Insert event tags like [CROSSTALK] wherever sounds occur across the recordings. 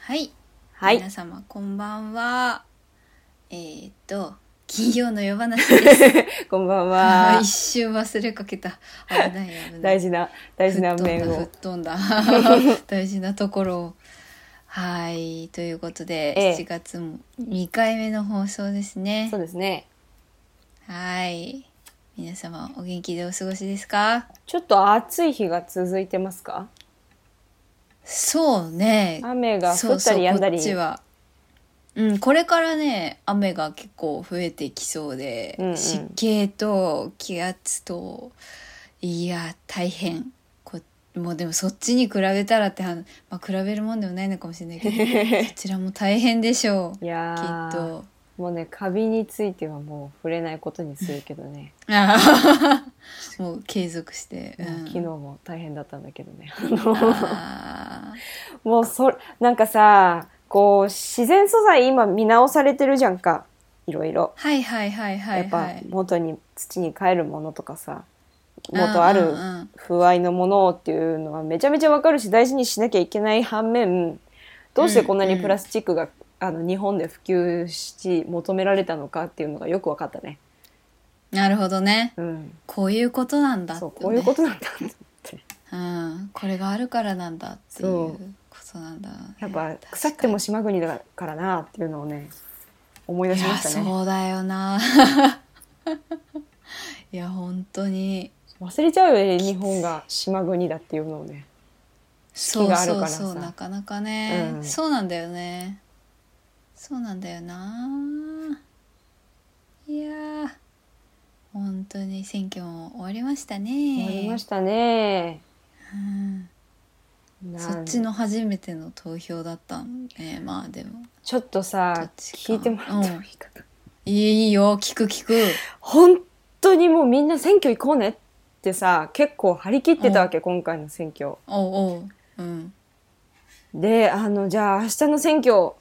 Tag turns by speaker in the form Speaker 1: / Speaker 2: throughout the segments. Speaker 1: はい、
Speaker 2: はい
Speaker 1: 皆。様こんばんはえー、っと金曜の夜話
Speaker 2: [LAUGHS]
Speaker 1: です
Speaker 2: こんばん
Speaker 1: あー
Speaker 2: は
Speaker 1: 一。瞬忘れかけた危ない危ない
Speaker 2: 大事な、大事な面
Speaker 1: 吹っ
Speaker 2: を。
Speaker 1: 飛んだ吹っ
Speaker 2: [LAUGHS]
Speaker 1: 飛んだ大事なところをはいということで、
Speaker 2: ええ
Speaker 1: 7月も2回目の放送ですね
Speaker 2: そうですね。
Speaker 1: はい皆様お元気でお過ごしですか
Speaker 2: ちょっと暑い日が続いてますか
Speaker 1: そうね
Speaker 2: 雨が
Speaker 1: そ
Speaker 2: 降
Speaker 1: う
Speaker 2: った
Speaker 1: そう
Speaker 2: りやんだ
Speaker 1: こ
Speaker 2: り。
Speaker 1: っちはうん、これからね雨が結構増えてきそうで、
Speaker 2: うんうん
Speaker 1: 湿気と気圧といや大変こもうでもそっちに比べたらってはん、まあ、比べるもんでもないのかもしれないけど
Speaker 2: [LAUGHS]
Speaker 1: そちらも大変でしょう
Speaker 2: いや
Speaker 1: き
Speaker 2: ー
Speaker 1: っと。
Speaker 2: もうね、カビについてはもう触れないことにするけどね。
Speaker 1: あー
Speaker 2: [LAUGHS]
Speaker 1: もう継続して、うん、
Speaker 2: 昨日も大変だったんだけどね。 [LAUGHS]
Speaker 1: あ
Speaker 2: もうそれ、なんかさ、こう、自然素材今見直されてるじゃんか。いろいろ。
Speaker 1: ーはいはいはいは
Speaker 2: やっ
Speaker 1: い
Speaker 2: ぱ
Speaker 1: はい
Speaker 2: 元に土に帰るものとかさ元ある
Speaker 1: うんうんうん
Speaker 2: 不合のものっていうのはめちゃめちゃわかるし大事にしなきゃいけない反面どうしてこんなにプラスチックが、あの日本で普及し求められたのかっていうのがよくわかったね。
Speaker 1: なるほどね
Speaker 2: うん、
Speaker 1: こういうことなんだって、
Speaker 2: そう
Speaker 1: ね、
Speaker 2: こういうことなんだと思って
Speaker 1: うん、これがあるからなんだっていう
Speaker 2: そ
Speaker 1: ことなんだ、ね、
Speaker 2: [LAUGHS] やっぱ腐っても島国だからなっていうのをね思い出
Speaker 1: い
Speaker 2: しま
Speaker 1: や
Speaker 2: したね。
Speaker 1: そうだよな [LAUGHS] いや本当に
Speaker 2: 忘れちゃうよね日本が島国だっていうのをね。
Speaker 1: そ
Speaker 2: 気
Speaker 1: う
Speaker 2: があるか
Speaker 1: そう
Speaker 2: らさ
Speaker 1: そうなかなかね、
Speaker 2: うん
Speaker 1: そうなんだよねそうなんだよないやー本当に選挙も終わりましたね
Speaker 2: 思いましたね。
Speaker 1: うん
Speaker 2: なん
Speaker 1: そっちの初めての投票だったんで、まあでも
Speaker 2: ちょっと
Speaker 1: ど
Speaker 2: さ
Speaker 1: っちか
Speaker 2: 聞いてもらってもいいかな、
Speaker 1: いいいいよ聞く聞く
Speaker 2: 本当にもうみんな選挙行こうねってさ結構張り切ってたわけ、今回の選挙
Speaker 1: おうおううん
Speaker 2: であのじゃあ明日の選挙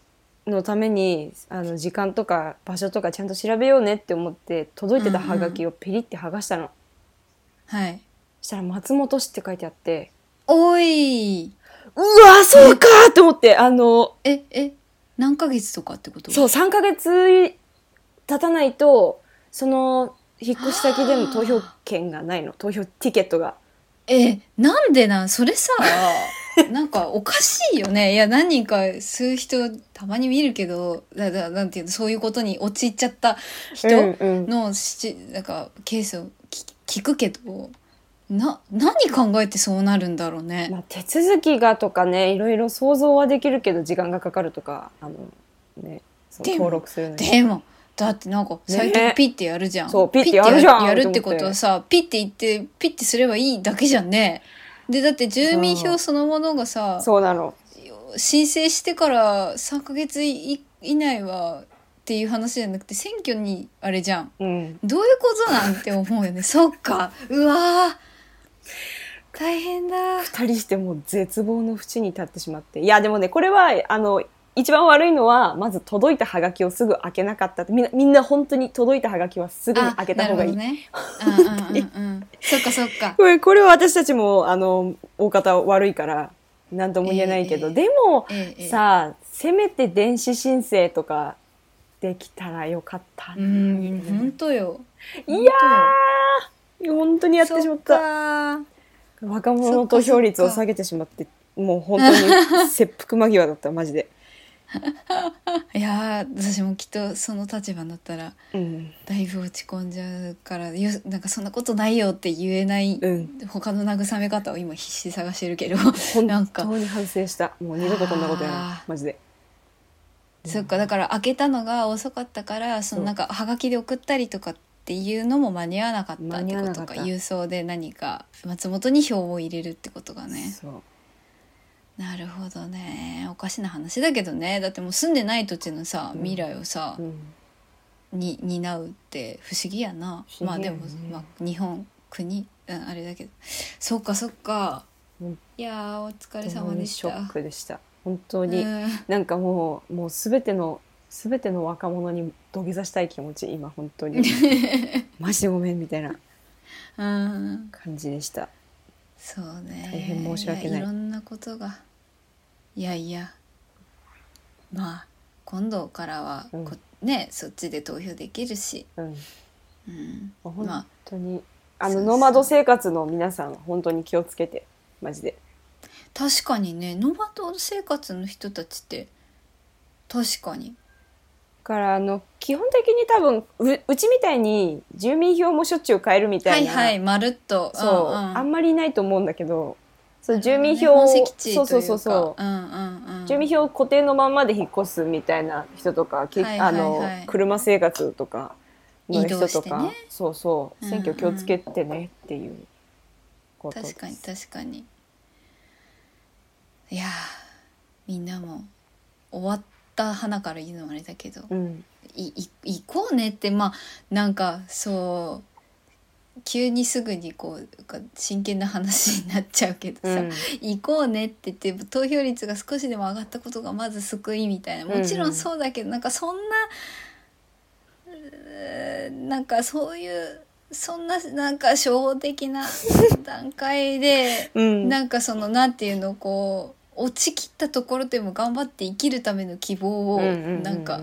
Speaker 2: のためにあの時間とか場所とかちゃんと調べようねって思って届いてたハガキをペリって剥がしたの、
Speaker 1: はい
Speaker 2: そしたら「松本市」って書いてあって
Speaker 1: おいう
Speaker 2: わそうかーって思ってあの
Speaker 1: ええ何ヶ月とかってこと
Speaker 2: そう3ヶ月経たないとその引っ越し先での投票権がないの投票ティケットが。
Speaker 1: えなんでなんそれ
Speaker 2: [LAUGHS]
Speaker 1: さなんかおかしいよねいや何人か吸う人たまに見るけどだだなんていうのそういうことに陥っちゃった人
Speaker 2: うんうん
Speaker 1: のし、なんかケースを聞聞くけどな何考えてそうなるんだろうね、
Speaker 2: [LAUGHS] まあ、手続きがとかねいろいろ想像はできるけど時間がかかるとかあの、ね、その
Speaker 1: でも
Speaker 2: 登録するのに
Speaker 1: でもだってなんか最近ピッてやるじゃん、
Speaker 2: そうピッてやるじゃん
Speaker 1: ピッてやるってこと
Speaker 2: と思
Speaker 1: は
Speaker 2: って
Speaker 1: さピッて行ってピッてすればいいだけじゃんねでだって住民票そのものがさ
Speaker 2: そうなの
Speaker 1: 申請してから3ヶ月以以内はっていう話じゃなくて選挙にあれじゃん
Speaker 2: うん
Speaker 1: どういうことなんて思うよ
Speaker 2: [LAUGHS]
Speaker 1: ねそっかうわー大変だ
Speaker 2: 2人してもう絶望の淵に立ってしまっていやでもねこれはあの一番悪いのはまず届いたハガキをすぐ開けなかったってみんなみんな本当に届いたハガキはすぐに開けた方がいい、
Speaker 1: あなるほどねうん
Speaker 2: [LAUGHS]
Speaker 1: うんうんうんそっかそっか
Speaker 2: これこれは私たちもあの大方悪いから何とも言えないけど、
Speaker 1: ええ
Speaker 2: でも、
Speaker 1: ええ
Speaker 2: さあせめて電子申請とかできたらよかった
Speaker 1: う
Speaker 2: ね
Speaker 1: ん本当よ
Speaker 2: いやー本当にやってしまった
Speaker 1: た
Speaker 2: 若者の投票率を下げてしまってもう本当に切腹間際だったマジで、
Speaker 1: いやー私もきっとその立場になったら
Speaker 2: うん、
Speaker 1: だいぶ落ち込んじゃうからよなんかそんなことないよって言えない、
Speaker 2: うん
Speaker 1: 他の慰め方を今必死で探してるけどなん
Speaker 2: 本
Speaker 1: か
Speaker 2: 当に反省したもう二度とこんなことや
Speaker 1: あ
Speaker 2: ない
Speaker 1: ー
Speaker 2: マジで
Speaker 1: そっかだから開けたのが遅かったからその
Speaker 2: そう
Speaker 1: なんかはがきで送ったりとかっていうのも間に合わなかった
Speaker 2: 間
Speaker 1: っ
Speaker 2: に
Speaker 1: て
Speaker 2: 合わ
Speaker 1: こ
Speaker 2: な
Speaker 1: と
Speaker 2: かった
Speaker 1: か郵送で何か松本に票を入れるってことがね
Speaker 2: そう
Speaker 1: なるほどねおかしな話だけどねだってもう住んでない土地のさ
Speaker 2: うん
Speaker 1: 未来をさ、
Speaker 2: うん
Speaker 1: に担うって不思議やな
Speaker 2: 不
Speaker 1: まあ
Speaker 2: 思議
Speaker 1: で
Speaker 2: やね
Speaker 1: も、まあ、日本国、うん、あれだけどそっかそっか、
Speaker 2: うん
Speaker 1: いやーお疲れ様
Speaker 2: 本当
Speaker 1: で
Speaker 2: に
Speaker 1: し
Speaker 2: シ
Speaker 1: た
Speaker 2: ョックでした本当に、
Speaker 1: うん
Speaker 2: なんかもうもう全ての全ての若者に土下座したい気持ち今本
Speaker 1: [LAUGHS]
Speaker 2: 当にマジでごめんみたいな
Speaker 1: うん
Speaker 2: 感じでした
Speaker 1: そうね
Speaker 2: 大変申し訳ない
Speaker 1: やいろんなことがいやいやまあ今度からはこ、ねそっちで投票できるし、
Speaker 2: うん、
Speaker 1: うん、ま
Speaker 2: 本
Speaker 1: あ
Speaker 2: 当に、あの
Speaker 1: そうそう
Speaker 2: ノマド生活の皆さん本当に気をつけてマジで
Speaker 1: 確かにねノマド生活の人たちって確かに
Speaker 2: だからあの基本的に多分ううちみたいに住民票もしょっちゅう変えるみた
Speaker 1: はいい
Speaker 2: な、
Speaker 1: はいまるっと
Speaker 2: そう、
Speaker 1: んん
Speaker 2: あんまりいないと思うんだけどそう住民票
Speaker 1: 本
Speaker 2: を、
Speaker 1: 籍地
Speaker 2: そう
Speaker 1: とい
Speaker 2: そ
Speaker 1: ううか
Speaker 2: そうそう
Speaker 1: うんうんうん
Speaker 2: 住民票を固定のまんまで引っ越すみたいな人とか、き
Speaker 1: はいはいはい
Speaker 2: あの車生活とかの人
Speaker 1: 移動
Speaker 2: と
Speaker 1: して
Speaker 2: か、
Speaker 1: ね
Speaker 2: そうそう選挙気をつけてねっていうことです
Speaker 1: 確かに確かにいやーみんなも終わった花から言うのもあれだけど、
Speaker 2: うん
Speaker 1: いい行こうねってまあなんかそう急にすぐにこうなんか真剣な話になっちゃうけど
Speaker 2: う
Speaker 1: さ、
Speaker 2: ん
Speaker 1: 行こうねって言って投票率が少しでも上がったことがまず救いみたいな
Speaker 2: うんうん
Speaker 1: もちろんそうだけど、なんかそんなうーなんかそういうそんななんか初歩的
Speaker 2: [LAUGHS]
Speaker 1: な段階で
Speaker 2: うん
Speaker 1: なんかそのなんていうのこう落ちきったところでも頑張って生きるための希望を、
Speaker 2: うんうんうんうん
Speaker 1: なんか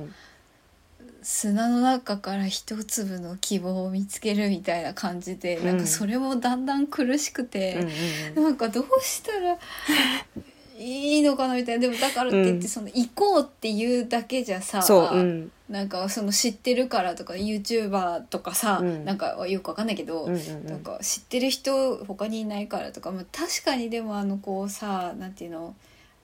Speaker 1: 砂の中から一粒の希望を見つけるみたいな感じで、なん
Speaker 2: うん
Speaker 1: かそれもだんだん苦しくて。
Speaker 2: うんうんうん
Speaker 1: なんかどうしたらいいのかなみたいなでもだからって言っ
Speaker 2: うん
Speaker 1: てその行こうっていうだけじゃさ、
Speaker 2: そう、うん
Speaker 1: なんかその知ってるからとか YouTuber とかさ、
Speaker 2: うん
Speaker 1: なんかよくわかんないけど、
Speaker 2: うんうんう
Speaker 1: なん
Speaker 2: ん、
Speaker 1: か知ってる人他にいないからとか、まあ、確かにでもあのこうさなんていうの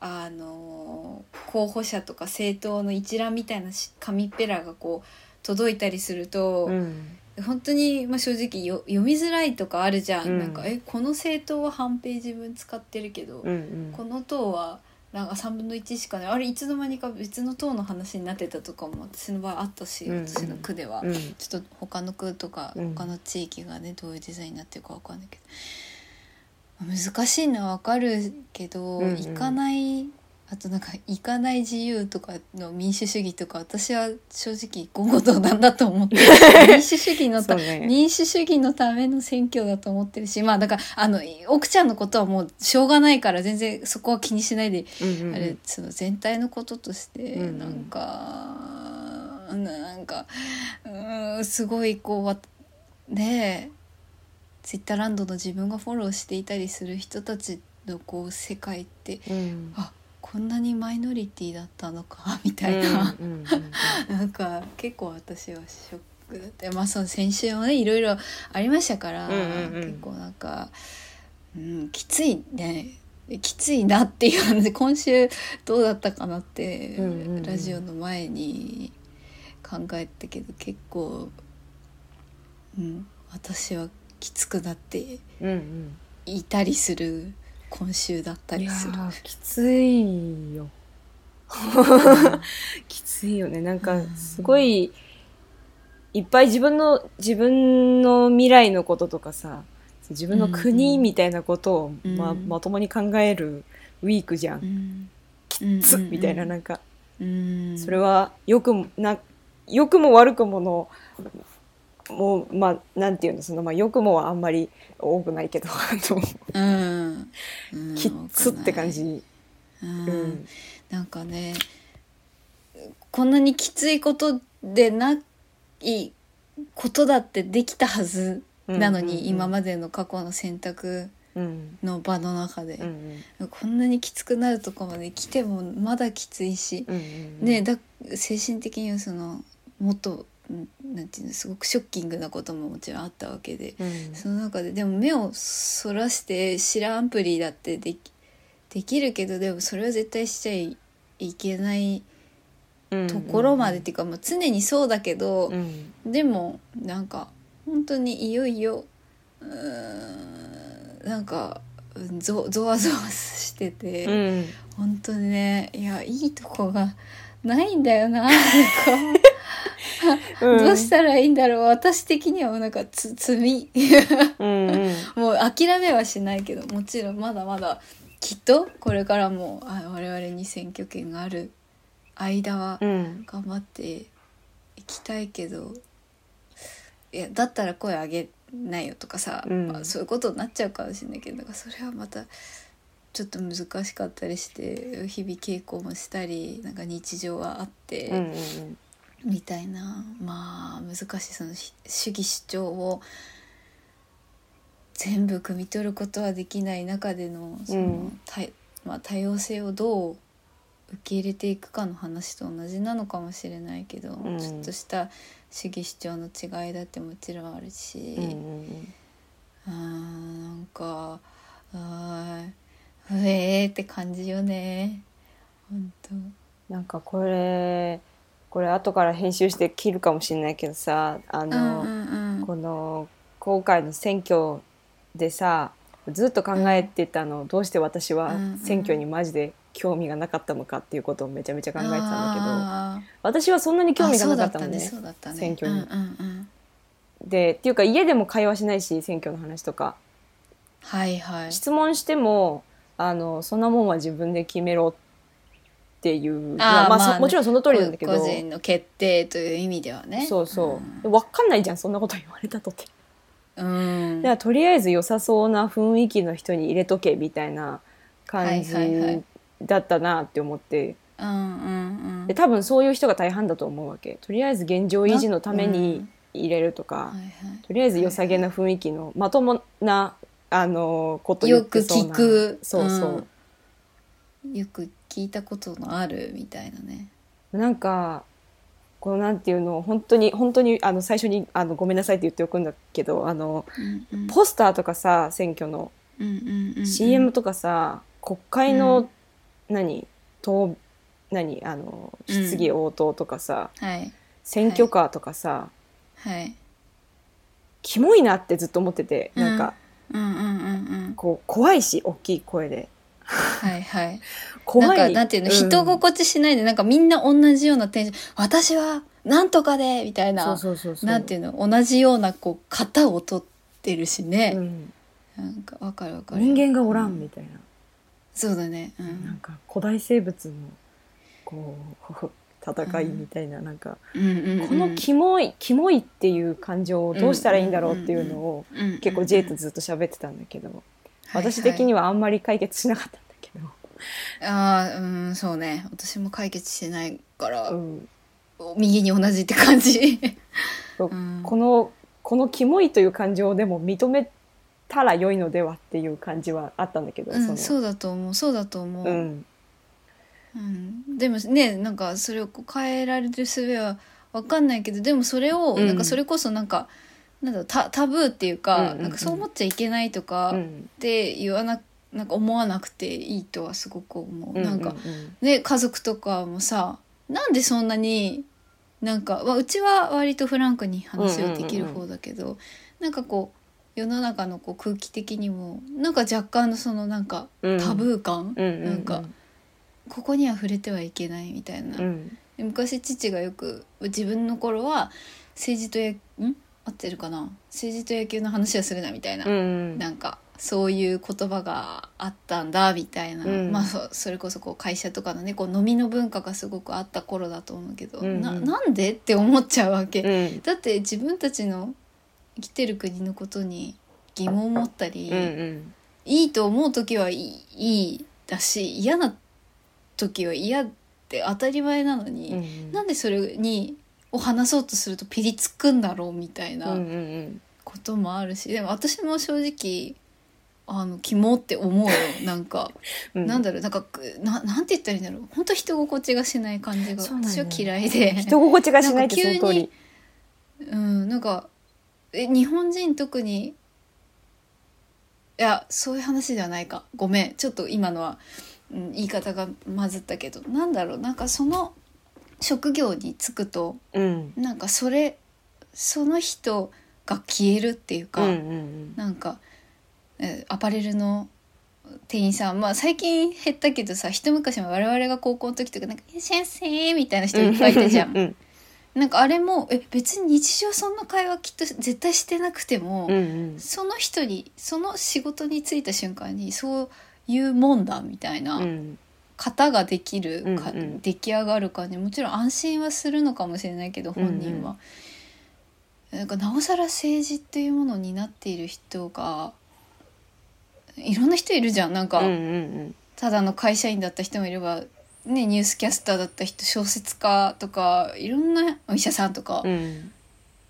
Speaker 1: あの候補者とか政党の一覧みたいなし紙っぺらがこう届いたりすると、
Speaker 2: うん
Speaker 1: 本当に、まあ、正直よ読みづらいとかあるじゃん、
Speaker 2: うん
Speaker 1: なんかえこの政党は半ページ分使ってるけど、
Speaker 2: うんうん
Speaker 1: この党はなんか3分の1しかないあれいつの間にか別の党の話になってたとかも私の場合あったし、
Speaker 2: うんうん
Speaker 1: 私の区では、
Speaker 2: うん
Speaker 1: ちょっと他の区とか
Speaker 2: うん
Speaker 1: 他の地域がね、どういうデザインになってるかわかんないけど難しいのはわかるけど、
Speaker 2: うんうん
Speaker 1: 行かないあとなんか行かない自由とかの民主主義とか私は正直言語道断だと思って
Speaker 2: [LAUGHS]
Speaker 1: 民主主義の
Speaker 2: そ
Speaker 1: た
Speaker 2: うね
Speaker 1: 民主主義のための選挙だと思ってるしまあだからあの奥ちゃんのことはもうしょうがないから全然そこは気にしないで
Speaker 2: うんうんうん
Speaker 1: あれその全体のこととして
Speaker 2: うんうん
Speaker 1: なんか、ななんかうーんすごいこうわねえツイッターランドの自分がフォローしていたりする人たちのこう世界って
Speaker 2: うん
Speaker 1: あこんなにマイノリティだったのかみたいな、
Speaker 2: うんうんうん
Speaker 1: なんか結構私はショックだったまあその先週もねいろいろありましたから、
Speaker 2: うんうんうん
Speaker 1: 結構なんか、うん、きついねきついなっていう話今週どうだったかなって、
Speaker 2: うんうんうん
Speaker 1: ラジオの前に考えたけど結構、うん、私はきつくなって
Speaker 2: うんうん
Speaker 1: いたりする今週だった
Speaker 2: い
Speaker 1: り
Speaker 2: や
Speaker 1: する。
Speaker 2: ーきつい [LAUGHS] よきついよねなんかすごいいっぱい自分の自分の未来のこととかさ自分の
Speaker 1: うん
Speaker 2: 国
Speaker 1: うん
Speaker 2: みたいなことをま,、
Speaker 1: うん
Speaker 2: まともに考えるウィークじゃん、
Speaker 1: き
Speaker 2: つみたいななんか
Speaker 1: うん、
Speaker 2: それはよくもな良くも悪くものもうまあなんていうのそのまあ良くもはあんまり多くないけど [LAUGHS] あの
Speaker 1: うん、うん
Speaker 2: きっつって感、じ、
Speaker 1: わ
Speaker 2: う
Speaker 1: かん
Speaker 2: ん
Speaker 1: ないうん、なんかねこんなにきついことでないことだってできたはずなのに、今までの過去の選択
Speaker 2: で、うん
Speaker 1: の場の中で
Speaker 2: うんう、ん
Speaker 1: こんなにきつくなるとこまで来てもまだきついし、
Speaker 2: うんうんうん
Speaker 1: ねだ精神的にはそのもっとうんなんていうのすごくショッキングなことももちろんあったわけで、
Speaker 2: うん
Speaker 1: その中ででも目をそらして知らんぷりだってできできるけどでもそれは絶対しちゃいいけないところまで、っていうか、まあ、常にそうだけど
Speaker 2: う、ん
Speaker 1: でもなんか本当にいよいようーんなんかうんぞぞわぞわしてて、
Speaker 2: うんうん
Speaker 1: 本当にねいやいいとこがないんだよななんか。どうしたらいいんだろう私的にはもうなんかつ積み
Speaker 2: うんうん
Speaker 1: もう諦めはしないけどもちろんまだまだきっとこれからもあ我々に選挙権がある間は
Speaker 2: うん
Speaker 1: 頑張っていきたいけどいやだったら声上げないよとかさ、
Speaker 2: うん
Speaker 1: まあそういうことになっちゃうかもしれないけどだからそれはまたちょっと難しかったりして日々稽古もしたりなんか日常はあって、
Speaker 2: うんうんうん
Speaker 1: みたいなまあ難しいそのひ主義主張を全部汲み取ることはできない中でのその、
Speaker 2: うん
Speaker 1: たいまあ、多様性をどう受け入れていくかの話と同じなのかもしれないけど、
Speaker 2: うん
Speaker 1: ちょっとした主義主張の違いだってもちろんあるし、
Speaker 2: うんうん
Speaker 1: あーなんかあーうえーって感じよね本当
Speaker 2: なんかこれこれ後から編集して切るかもしれないけどさあの、
Speaker 1: うんうん
Speaker 2: この今回の選挙でさずっと考えてたの、どうして私は
Speaker 1: うんうん
Speaker 2: 選挙にマジで興味がなかったのかっていうことをめちゃめちゃ考えてたんだけど
Speaker 1: あー
Speaker 2: 私はそんなに興味がなかったのね。
Speaker 1: そうだったね
Speaker 2: 選
Speaker 1: そうだったね
Speaker 2: 挙に
Speaker 1: うんうんうん
Speaker 2: でっていうか家でも会話しないし選挙の話とか
Speaker 1: はいはい
Speaker 2: 質問してもあのそんなもんは自分で決めろっていうまあまあそもちろんその通りなんだけど。
Speaker 1: 個人の決定という意味ではね
Speaker 2: そうそう、でわかんないじゃんそんなこと言われたとて、
Speaker 1: うん、うん
Speaker 2: だからとりあえず良さそうな雰囲気の人に入れとけみたいな感じ
Speaker 1: はいはいはい
Speaker 2: だったなって思って、
Speaker 1: うんうんうん
Speaker 2: で多分そういう人が大半だと思うわけとりあえず現状維持のために入れるとか、
Speaker 1: はいはい
Speaker 2: とりあえず良さげな雰囲気のまともなあのこと言
Speaker 1: よ
Speaker 2: っ
Speaker 1: く
Speaker 2: てそうな
Speaker 1: 聞く
Speaker 2: そうそう、
Speaker 1: うんよく聞いたことのあるみたいなね
Speaker 2: なんかこのなんていうの本当に本当にあの最初にあのごめんなさいって言っておくんだけどあの
Speaker 1: うんうん
Speaker 2: ポスターとかさ選挙の
Speaker 1: うんうんうんうん
Speaker 2: CM とかさ国会の、何答何あの
Speaker 1: うん
Speaker 2: 質疑応答とかさ、
Speaker 1: はい
Speaker 2: 選挙カーとかさ、
Speaker 1: はい
Speaker 2: キモいなってずっと思ってて、なんか
Speaker 1: うんうんうんうん
Speaker 2: こう怖いし大きい声で
Speaker 1: はいはい
Speaker 2: 怖い
Speaker 1: なんかなんていうの、
Speaker 2: うん
Speaker 1: 人心地しないでなんかみんな同じようなテンション私はなんとかでみたいな
Speaker 2: そうそうそうそう
Speaker 1: なんていうの同じようなこう型を取ってるしね
Speaker 2: う、ん
Speaker 1: なんかわかるわかる
Speaker 2: 人間がおら
Speaker 1: うん
Speaker 2: みたいな、
Speaker 1: そうだねう
Speaker 2: なん
Speaker 1: ん、
Speaker 2: か古代生物のこう戦いみたいな、なんか
Speaker 1: うんうんうん、
Speaker 2: このキモいキモいっていう感情をどうしたらいいんだろうっていうのを
Speaker 1: うんうん
Speaker 2: 結構 J とずっと喋ってたんだけど、私的
Speaker 1: は
Speaker 2: にはあんまり解決しなかったんだけど、
Speaker 1: いはいああうんそうね私も解決してないから、
Speaker 2: うん
Speaker 1: 右に同じって感じ、
Speaker 2: そう
Speaker 1: うん
Speaker 2: このこのキモいという感情でも認めたら良いのではっていう感じはあったんだけど、
Speaker 1: うん、
Speaker 2: の
Speaker 1: そうだと思うそうだと思う、
Speaker 2: うん
Speaker 1: うんでもねなんかそれをこう変えられる術は分かんないけどでもそれを、
Speaker 2: うん
Speaker 1: なんかそれこそなんかなんだろうタタブーっていうか,、
Speaker 2: うんうんうん
Speaker 1: なんかそう思っちゃいけないとか、
Speaker 2: うん
Speaker 1: って言わななんか思わなくていいとはすごく思う、
Speaker 2: う
Speaker 1: なんか
Speaker 2: ううん
Speaker 1: ね家族とかもさなんでそんなになんか、まあ、うちは割とフランクに話をできる方だけど、なんかこう世の中のこう空気的にもなんか若干のそのなんか
Speaker 2: うん
Speaker 1: タブー感、
Speaker 2: うんう
Speaker 1: なんかここには触れてはいけないみたいな、
Speaker 2: うん
Speaker 1: で昔父がよく自分の頃は政治とやん合ってるかな政治と野球の話はするなみたいな
Speaker 2: うんうん
Speaker 1: なんかそういう言葉があったんだみたいな、
Speaker 2: うん
Speaker 1: まあそそれこそこう会社とかのねこう飲みの文化がすごくあった頃だと思うけど、
Speaker 2: うんうん
Speaker 1: ななんでって思っちゃうわけ、
Speaker 2: うん
Speaker 1: だって自分たちの生きてる国のことに疑問を持ったり、
Speaker 2: うんうん
Speaker 1: いいと思う時はいいいいだし嫌な時は嫌って当たり前なの
Speaker 2: うんう
Speaker 1: に、
Speaker 2: ん
Speaker 1: なんでそれにを話そうとするとピリつくんだろうみたいな。
Speaker 2: うんうん
Speaker 1: こともあるしでも私も正直あのキモって
Speaker 2: [LAUGHS]
Speaker 1: 思うよなんか、
Speaker 2: うん
Speaker 1: なんだろうなんかくななんて言ったらいいんだろう本当人心地がしない感じが
Speaker 2: そうなんだよ
Speaker 1: 私は嫌いで
Speaker 2: 人心地がしないってその通
Speaker 1: なん
Speaker 2: り
Speaker 1: かうんなんかえ日本人特にいやそういう話ではないかごめんちょっと今のは、うん、言い方がまずったけどなんだろうなんかその職業に就くと
Speaker 2: うん
Speaker 1: なんかそれその人が消えるっていうか、
Speaker 2: うんうん
Speaker 1: なんか、えーアパレルの店員さんまあ最近減ったけどさ一昔も我々が高校の時とかなんか「いらっしゃいませ」みたいな人
Speaker 2: うん
Speaker 1: いっぱいいたじゃん
Speaker 2: う。ん
Speaker 1: なんかあれもえ別に日常そんな会話きっと絶対してなくても、
Speaker 2: うんうん
Speaker 1: その人にその仕事に就いた瞬間にそういうもんだみたいな
Speaker 2: うん
Speaker 1: 型ができるか、
Speaker 2: うんうん
Speaker 1: 出来上がるかねもちろん安心はするのかもしれないけど本人は、なんかなおさら政治っていうものになっている人がいろんな人いるじゃんなんか、
Speaker 2: うんうん
Speaker 1: ただの会社員だった人もいれば、ね、ニュースキャスターだった人小説家とかいろんなお医者さんとか、
Speaker 2: うんうん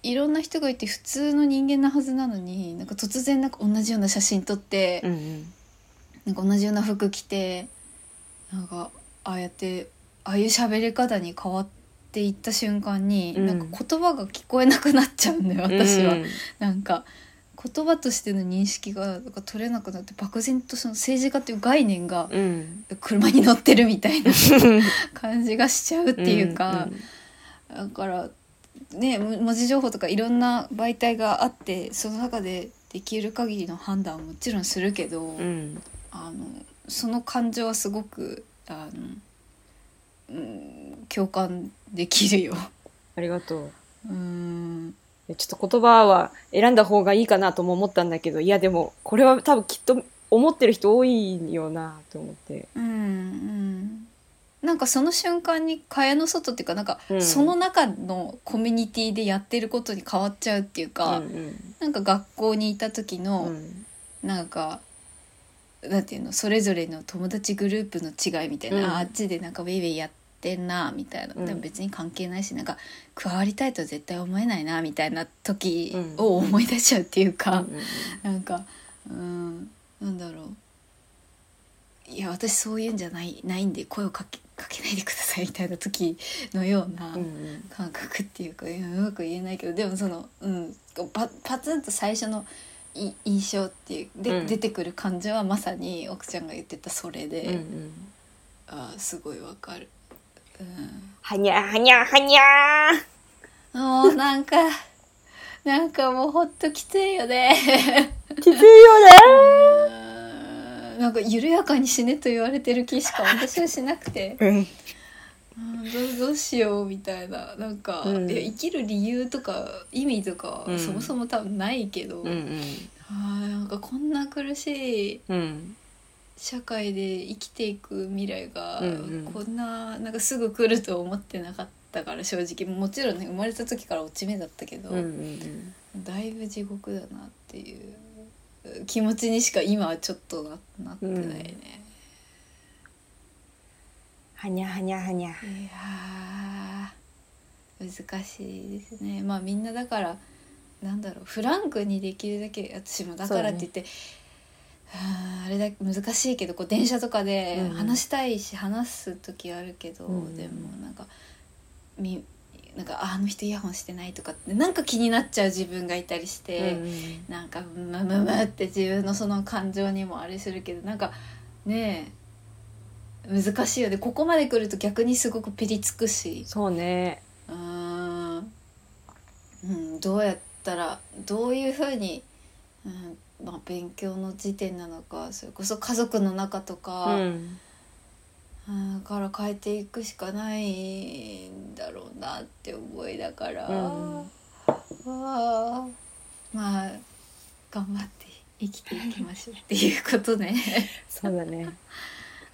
Speaker 1: いろんな人がいて普通の人間なはずなのになんか突然なんか同じような写真撮って、
Speaker 2: うんうん
Speaker 1: なんか同じような服着てなんかああやってああいう喋り方に変わっていった瞬間に、
Speaker 2: うん
Speaker 1: なんか言葉が聞こえなくなっちゃうんだよ私は。
Speaker 2: うん
Speaker 1: なんか言葉としての認識がなんか取れなくなって漠然とその政治家っていう概念が
Speaker 2: うん
Speaker 1: 車に乗ってるみたい
Speaker 2: [LAUGHS]
Speaker 1: な感じがしちゃうっていうか。
Speaker 2: ん
Speaker 1: だからねむ文字情報とかいろんな媒体があってその中でできる限りの判断はもちろんするけど、
Speaker 2: うん
Speaker 1: あのその感情はすごくあの、うん、共感できるよ。
Speaker 2: ありがとう
Speaker 1: うん
Speaker 2: でちょっと言葉は選んだ方がいいかなとも思ったんだけどいやでもこれは多分きっと思ってる人多いよなと思って
Speaker 1: うんうんなんかその瞬間に蚊帳の外っていうかなんか、
Speaker 2: うん
Speaker 1: その中のコミュニティでやってることに変わっちゃうっていうか、
Speaker 2: うん
Speaker 1: なんか学校にいた時
Speaker 2: う
Speaker 1: の、
Speaker 2: んうん
Speaker 1: なんかなんていうのそれぞれの友達グループの違いみたいな、
Speaker 2: うん
Speaker 1: ああっちでなんかウェイウェイやってんなみたいな、
Speaker 2: うん
Speaker 1: でも別に関係ないしなんか加わりたいとは絶対思えないなみたいな時を思い出しちゃうっていうか、
Speaker 2: うん
Speaker 1: なんかうんなんだろういや私そういうんじゃないないんで声をかけかけないでくださいみたいな時のような。
Speaker 2: うんうん
Speaker 1: 感覚っていうかうんうまく言えないけどでもその、うん、パパツンと最初のい印象っていうで、
Speaker 2: うん
Speaker 1: 出てくる感じはまさに奥ちゃんが言ってたそれで、
Speaker 2: うんうん
Speaker 1: あーすごいわかる。うん
Speaker 2: はにゃはにゃはにゃー
Speaker 1: もうなんか [LAUGHS] なんかもうほっときついよね。 [LAUGHS]
Speaker 2: きついよね
Speaker 1: うんなんか緩やかに死ねと言われてる気しか私はしなくて。
Speaker 2: うん
Speaker 1: うんどうどうしようみたいななんか、
Speaker 2: うん
Speaker 1: いや生きる理由とか意味とか、
Speaker 2: うん
Speaker 1: そもそも多分ないけど、
Speaker 2: うん
Speaker 1: あーなんかこんな苦しい
Speaker 2: うん
Speaker 1: 社会で生きていく未来が、
Speaker 2: うんうん
Speaker 1: こんななんかすぐ来ると思ってなかったから正直もちろんね生まれた時から落ち目だったけど、
Speaker 2: うんうん
Speaker 1: だいぶ地獄だなっていう気持ちにしか今はちょっとななってないね。
Speaker 2: はにゃはにゃはに
Speaker 1: い
Speaker 2: ゃ
Speaker 1: やー難しいですねまあみんなだからなんだろうフランクにできるだけ私もだからって言って、あーあれだ難しいけどこう電車とかで
Speaker 2: うん
Speaker 1: 話したいし、話す時あるけど、
Speaker 2: うん
Speaker 1: でもなんかみなんかああの人イヤホンしてないとかってなんか気になっちゃう自分がいたりして。
Speaker 2: うん
Speaker 1: なんかムムムって自分のその感情にもあれするけどなんかねえ難しいよねここまで来ると逆にすごくピリつくし
Speaker 2: そうね
Speaker 1: うーん、うん、どうやったらどういうふうに、うんまあ、勉強の時点なのかそれこそ家族の中と
Speaker 2: う
Speaker 1: か、
Speaker 2: ん
Speaker 1: うんから変えていくしかないんだろうなって思いだから、
Speaker 2: うん
Speaker 1: あーまあ頑張って生きていきましょうっていうことね [LAUGHS]
Speaker 2: そうだね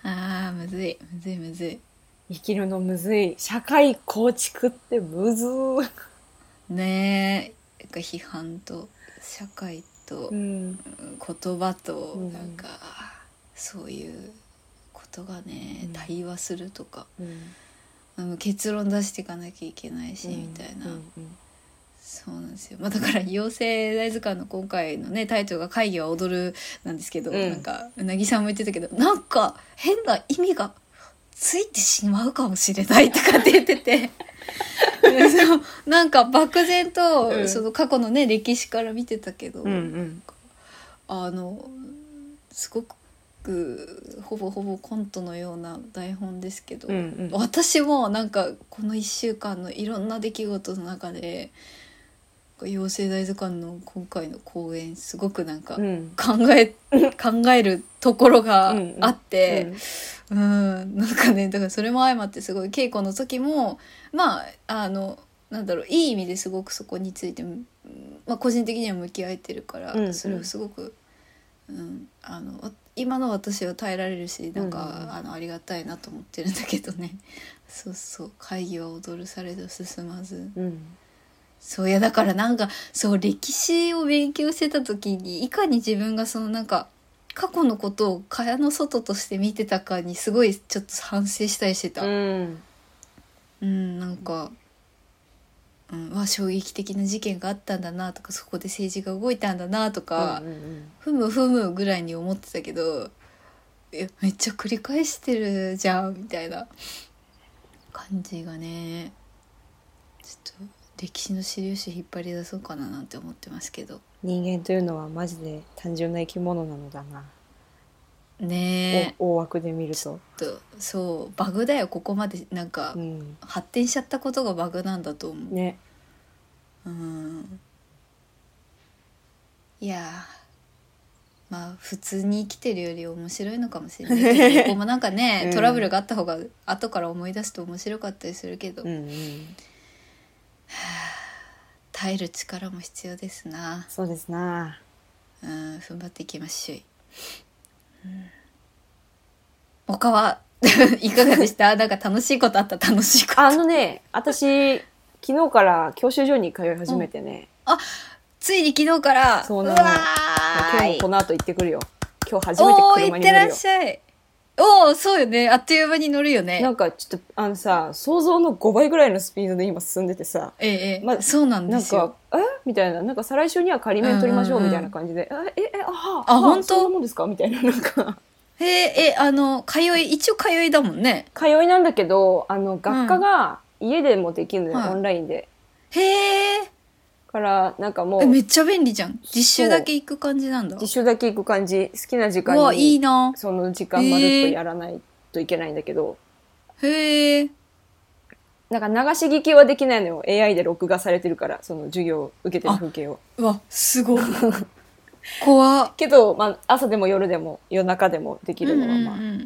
Speaker 1: あーむずいむずいむずい
Speaker 2: 生きるのむずい社会構築ってむずー
Speaker 1: ねえなんか批判と社会と
Speaker 2: うん
Speaker 1: 言葉と
Speaker 2: うん
Speaker 1: なんか、そういうことがね
Speaker 2: うん
Speaker 1: 対話するとか、
Speaker 2: うん
Speaker 1: うん結論出していかなきゃいけないし、みたいな。
Speaker 2: うんうん
Speaker 1: そうなんですよ、まあ、だから「妖精大図鑑」の今回のねタイトルが「会議は踊る」なんですけど、
Speaker 2: うん
Speaker 1: なんかうなぎさんも言ってたけどなんか変な意味がついてしまうかもしれないとかって言ってて [LAUGHS] でそうなんか漠然と、
Speaker 2: うん
Speaker 1: その過去のね歴史から見てたけど、
Speaker 2: うんうん
Speaker 1: あのすごくほぼほぼコントのような台本ですけど、
Speaker 2: うんうん
Speaker 1: 私もなんかこの1週間のいろんな出来事の中で妖精大図鑑の今回の公演すごくなんか
Speaker 2: うん
Speaker 1: 考え、考えるところがあって、
Speaker 2: うん
Speaker 1: うん、なんかねだからそれも相まってすごい稽古の時もまああのなんだろういい意味ですごくそこについて、うんまあ、個人的には向き合えてるから、
Speaker 2: うんうん
Speaker 1: それをすごく、うん、あのわ今の私は耐えられるしなんか、
Speaker 2: うんうん
Speaker 1: あのありがたいなと思ってるんだけどねそうそう会議は踊るされど進まず。
Speaker 2: うん
Speaker 1: そういやだからなんかそう歴史を勉強してた時にいかに自分がそのなんか過去のことを蚊帳の外として見てたかにすごいちょっと反省したりしてた。
Speaker 2: うん
Speaker 1: うん、なんか、うん、まあ衝撃的な事件があったんだなとかそこで政治が動いたんだなとか、
Speaker 2: うんうん
Speaker 1: ふむふむぐらいに思ってたけどいやめっちゃ繰り返してるじゃんみたいな感じがねちょっと歴史の資料集引っ張り出そうかななんて思ってますけど
Speaker 2: 人間というのはマジで単純な生き物なのだな、
Speaker 1: ねえ
Speaker 2: お大枠で見ると、
Speaker 1: ちょっとそうバグだよここまでなんか、
Speaker 2: うん、
Speaker 1: 発展しちゃったことがバグなんだと思う。
Speaker 2: ね
Speaker 1: うんいやーまあ普通に生きてるより面白いのかもしれないけど
Speaker 2: [LAUGHS]
Speaker 1: ここもなんかね、
Speaker 2: うん
Speaker 1: トラブルがあった方が後から思い出すと面白かったりするけど、
Speaker 2: うんうん
Speaker 1: 耐える力も必要ですな
Speaker 2: そうですな [LAUGHS]
Speaker 1: うん踏ん張っていきましょう、うん、他は [LAUGHS] いかがでしたなんか楽しいことあった楽しいこと
Speaker 2: あのね私昨日から教習所に通い始めてね、
Speaker 1: ついに昨日から
Speaker 2: そうなの
Speaker 1: うわ
Speaker 2: 今
Speaker 1: ー
Speaker 2: 日
Speaker 1: い
Speaker 2: もこの後行ってくるよ今日初めて
Speaker 1: おおー
Speaker 2: 車
Speaker 1: 行っ
Speaker 2: に
Speaker 1: て
Speaker 2: 乗
Speaker 1: ら
Speaker 2: る
Speaker 1: っ
Speaker 2: よ
Speaker 1: しゃいおおそうよねあっという間に乗るよね
Speaker 2: なんかちょっとあのさ想像の5倍ぐらいのスピードで今進んでてさ
Speaker 1: ええええ
Speaker 2: まあ
Speaker 1: そうなん
Speaker 2: な
Speaker 1: で
Speaker 2: ん
Speaker 1: すよ
Speaker 2: か「えみたいななんか再来週には仮面取りましょう
Speaker 1: うんうん
Speaker 2: み
Speaker 1: うん
Speaker 2: たいな感じで「えええあは
Speaker 1: あ
Speaker 2: は
Speaker 1: 本当
Speaker 2: そんなもんですか?」みたいななんか
Speaker 1: へええあの通い一応通いだもんね
Speaker 2: 通いなんだけどあの学科が家でもできるのよ、
Speaker 1: はい
Speaker 2: オンラインで
Speaker 1: へえ
Speaker 2: からなんかもう
Speaker 1: えめっちゃ便利じゃん実習だけ行く感じなんだ
Speaker 2: 自習だけ行く感じ好きな時
Speaker 1: うわ
Speaker 2: 間
Speaker 1: いい
Speaker 2: に
Speaker 1: な
Speaker 2: その時間まるっとやらないといけないんだけど、
Speaker 1: へえ
Speaker 2: なんか流し聞きはできないのよ AI で録画されてるからその授業を受けてる風景を
Speaker 1: うわす
Speaker 2: [LAUGHS]
Speaker 1: ごい怖っ
Speaker 2: けど、まあ、朝でも夜でも夜中でもできるのは、まあ
Speaker 1: ま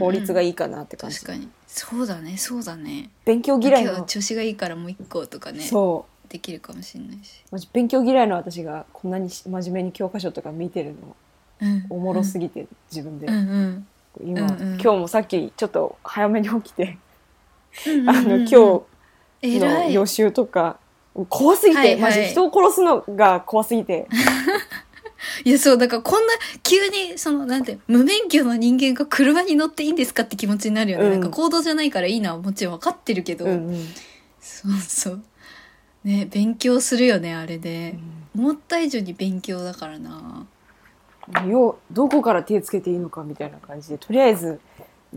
Speaker 2: 効率が
Speaker 1: いい
Speaker 2: いいかなって感じ、
Speaker 1: 確かにそうだねそうだね
Speaker 2: 勉強嫌い
Speaker 1: 今日は
Speaker 2: の、
Speaker 1: 調子がいいからもう一個とかね
Speaker 2: そう
Speaker 1: できるかもしれないし、
Speaker 2: マジ勉強嫌いの私がこんなに真面目に教科書とか見てるの
Speaker 1: うん、
Speaker 2: おもろすぎて、自分で、
Speaker 1: うんうん
Speaker 2: 今、
Speaker 1: うんうん
Speaker 2: 今日もさっきちょっと早めに起きて、
Speaker 1: うんうん
Speaker 2: あの今日
Speaker 1: 日
Speaker 2: の予習とか怖すぎて、
Speaker 1: はいはい
Speaker 2: マジ人を殺すのが怖すぎて
Speaker 1: いや、そう、だからこんな、急に、その、なんて、無免許の人間が車に乗っていいんですかって気持ちになるよね。
Speaker 2: うん
Speaker 1: なんか行動じゃないからいいのはもちろん分かってるけど、
Speaker 2: うんうん
Speaker 1: そうそう。ね、勉強するよね、あれで。思った以上に勉強だからな。
Speaker 2: ようどこから手つけていいのかみたいな感じでとりあえず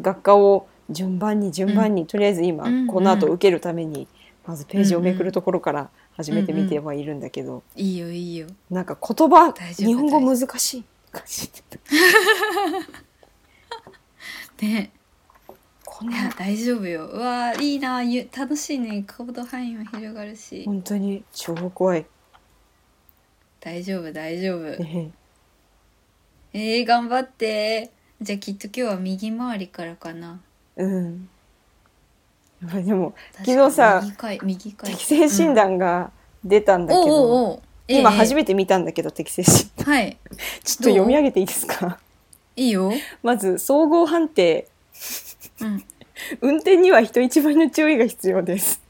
Speaker 2: 学科を順番に順番に、とりあえず今、
Speaker 1: うんうん
Speaker 2: この後受けるためにまずページをめくるところから始めてみてはいるんだけど、
Speaker 1: いいよ、いいよ。
Speaker 2: なんか言葉
Speaker 1: 大丈夫
Speaker 2: 日本語難しい感じで
Speaker 1: ね。
Speaker 2: こん
Speaker 1: い
Speaker 2: な
Speaker 1: や、大丈夫よ。うわーいいなゆ楽しいね。行動範囲も広がるし。
Speaker 2: 本当に超怖い、
Speaker 1: 大丈夫、大丈夫。
Speaker 2: ね、
Speaker 1: えー、頑張って。じゃあきっと今日は右回りからかな。
Speaker 2: うんやっぱりでも
Speaker 1: 確かに
Speaker 2: 昨日さ
Speaker 1: 右回、右回。
Speaker 2: 適性診断が出たんだけど、
Speaker 1: おうおうおう
Speaker 2: 今初
Speaker 1: め
Speaker 2: めて見たんだけど適正診
Speaker 1: て、はい
Speaker 2: [LAUGHS] ちょっと読み上げていいですか [LAUGHS]
Speaker 1: いいよ、
Speaker 2: まず総合判定
Speaker 1: うん、
Speaker 2: 運転には人一倍の注意が必要です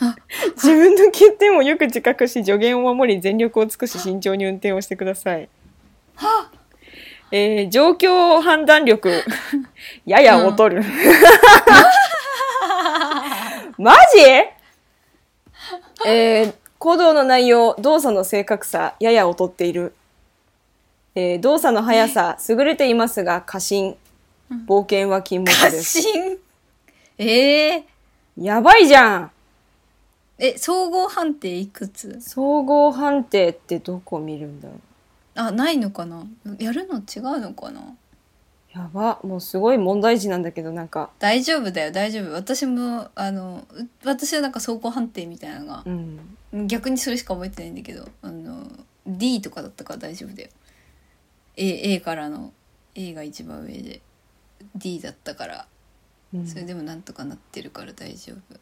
Speaker 1: あ
Speaker 2: 自分の欠点をよく自覚し助言を守り全力を尽くし慎重に運転をしてください
Speaker 1: は
Speaker 2: えー状況判断力
Speaker 1: [LAUGHS]
Speaker 2: やや劣る、 [LAUGHS] マジえー行動の内容動作の正確さやや劣っている、えー動作の速さ優れていますが過信
Speaker 1: うん
Speaker 2: 冒険は禁物
Speaker 1: 過
Speaker 2: です
Speaker 1: 信ええ
Speaker 2: やばいじゃん
Speaker 1: え総合判定いくつ
Speaker 2: 総合判定ってどこ見るんだろう
Speaker 1: あないのかなやるの違うのかな
Speaker 2: やばもうすごい問題児なんだけどなんか
Speaker 1: 大丈夫だよ大丈夫私もあのう私はなんか総合判定みたいなのが
Speaker 2: うん
Speaker 1: 逆にそれしか覚えてないんだけどあの D とかだったから大丈夫だよ A, A からの A が一番上で D だったから
Speaker 2: うん
Speaker 1: それでもなんとかなってるから大丈夫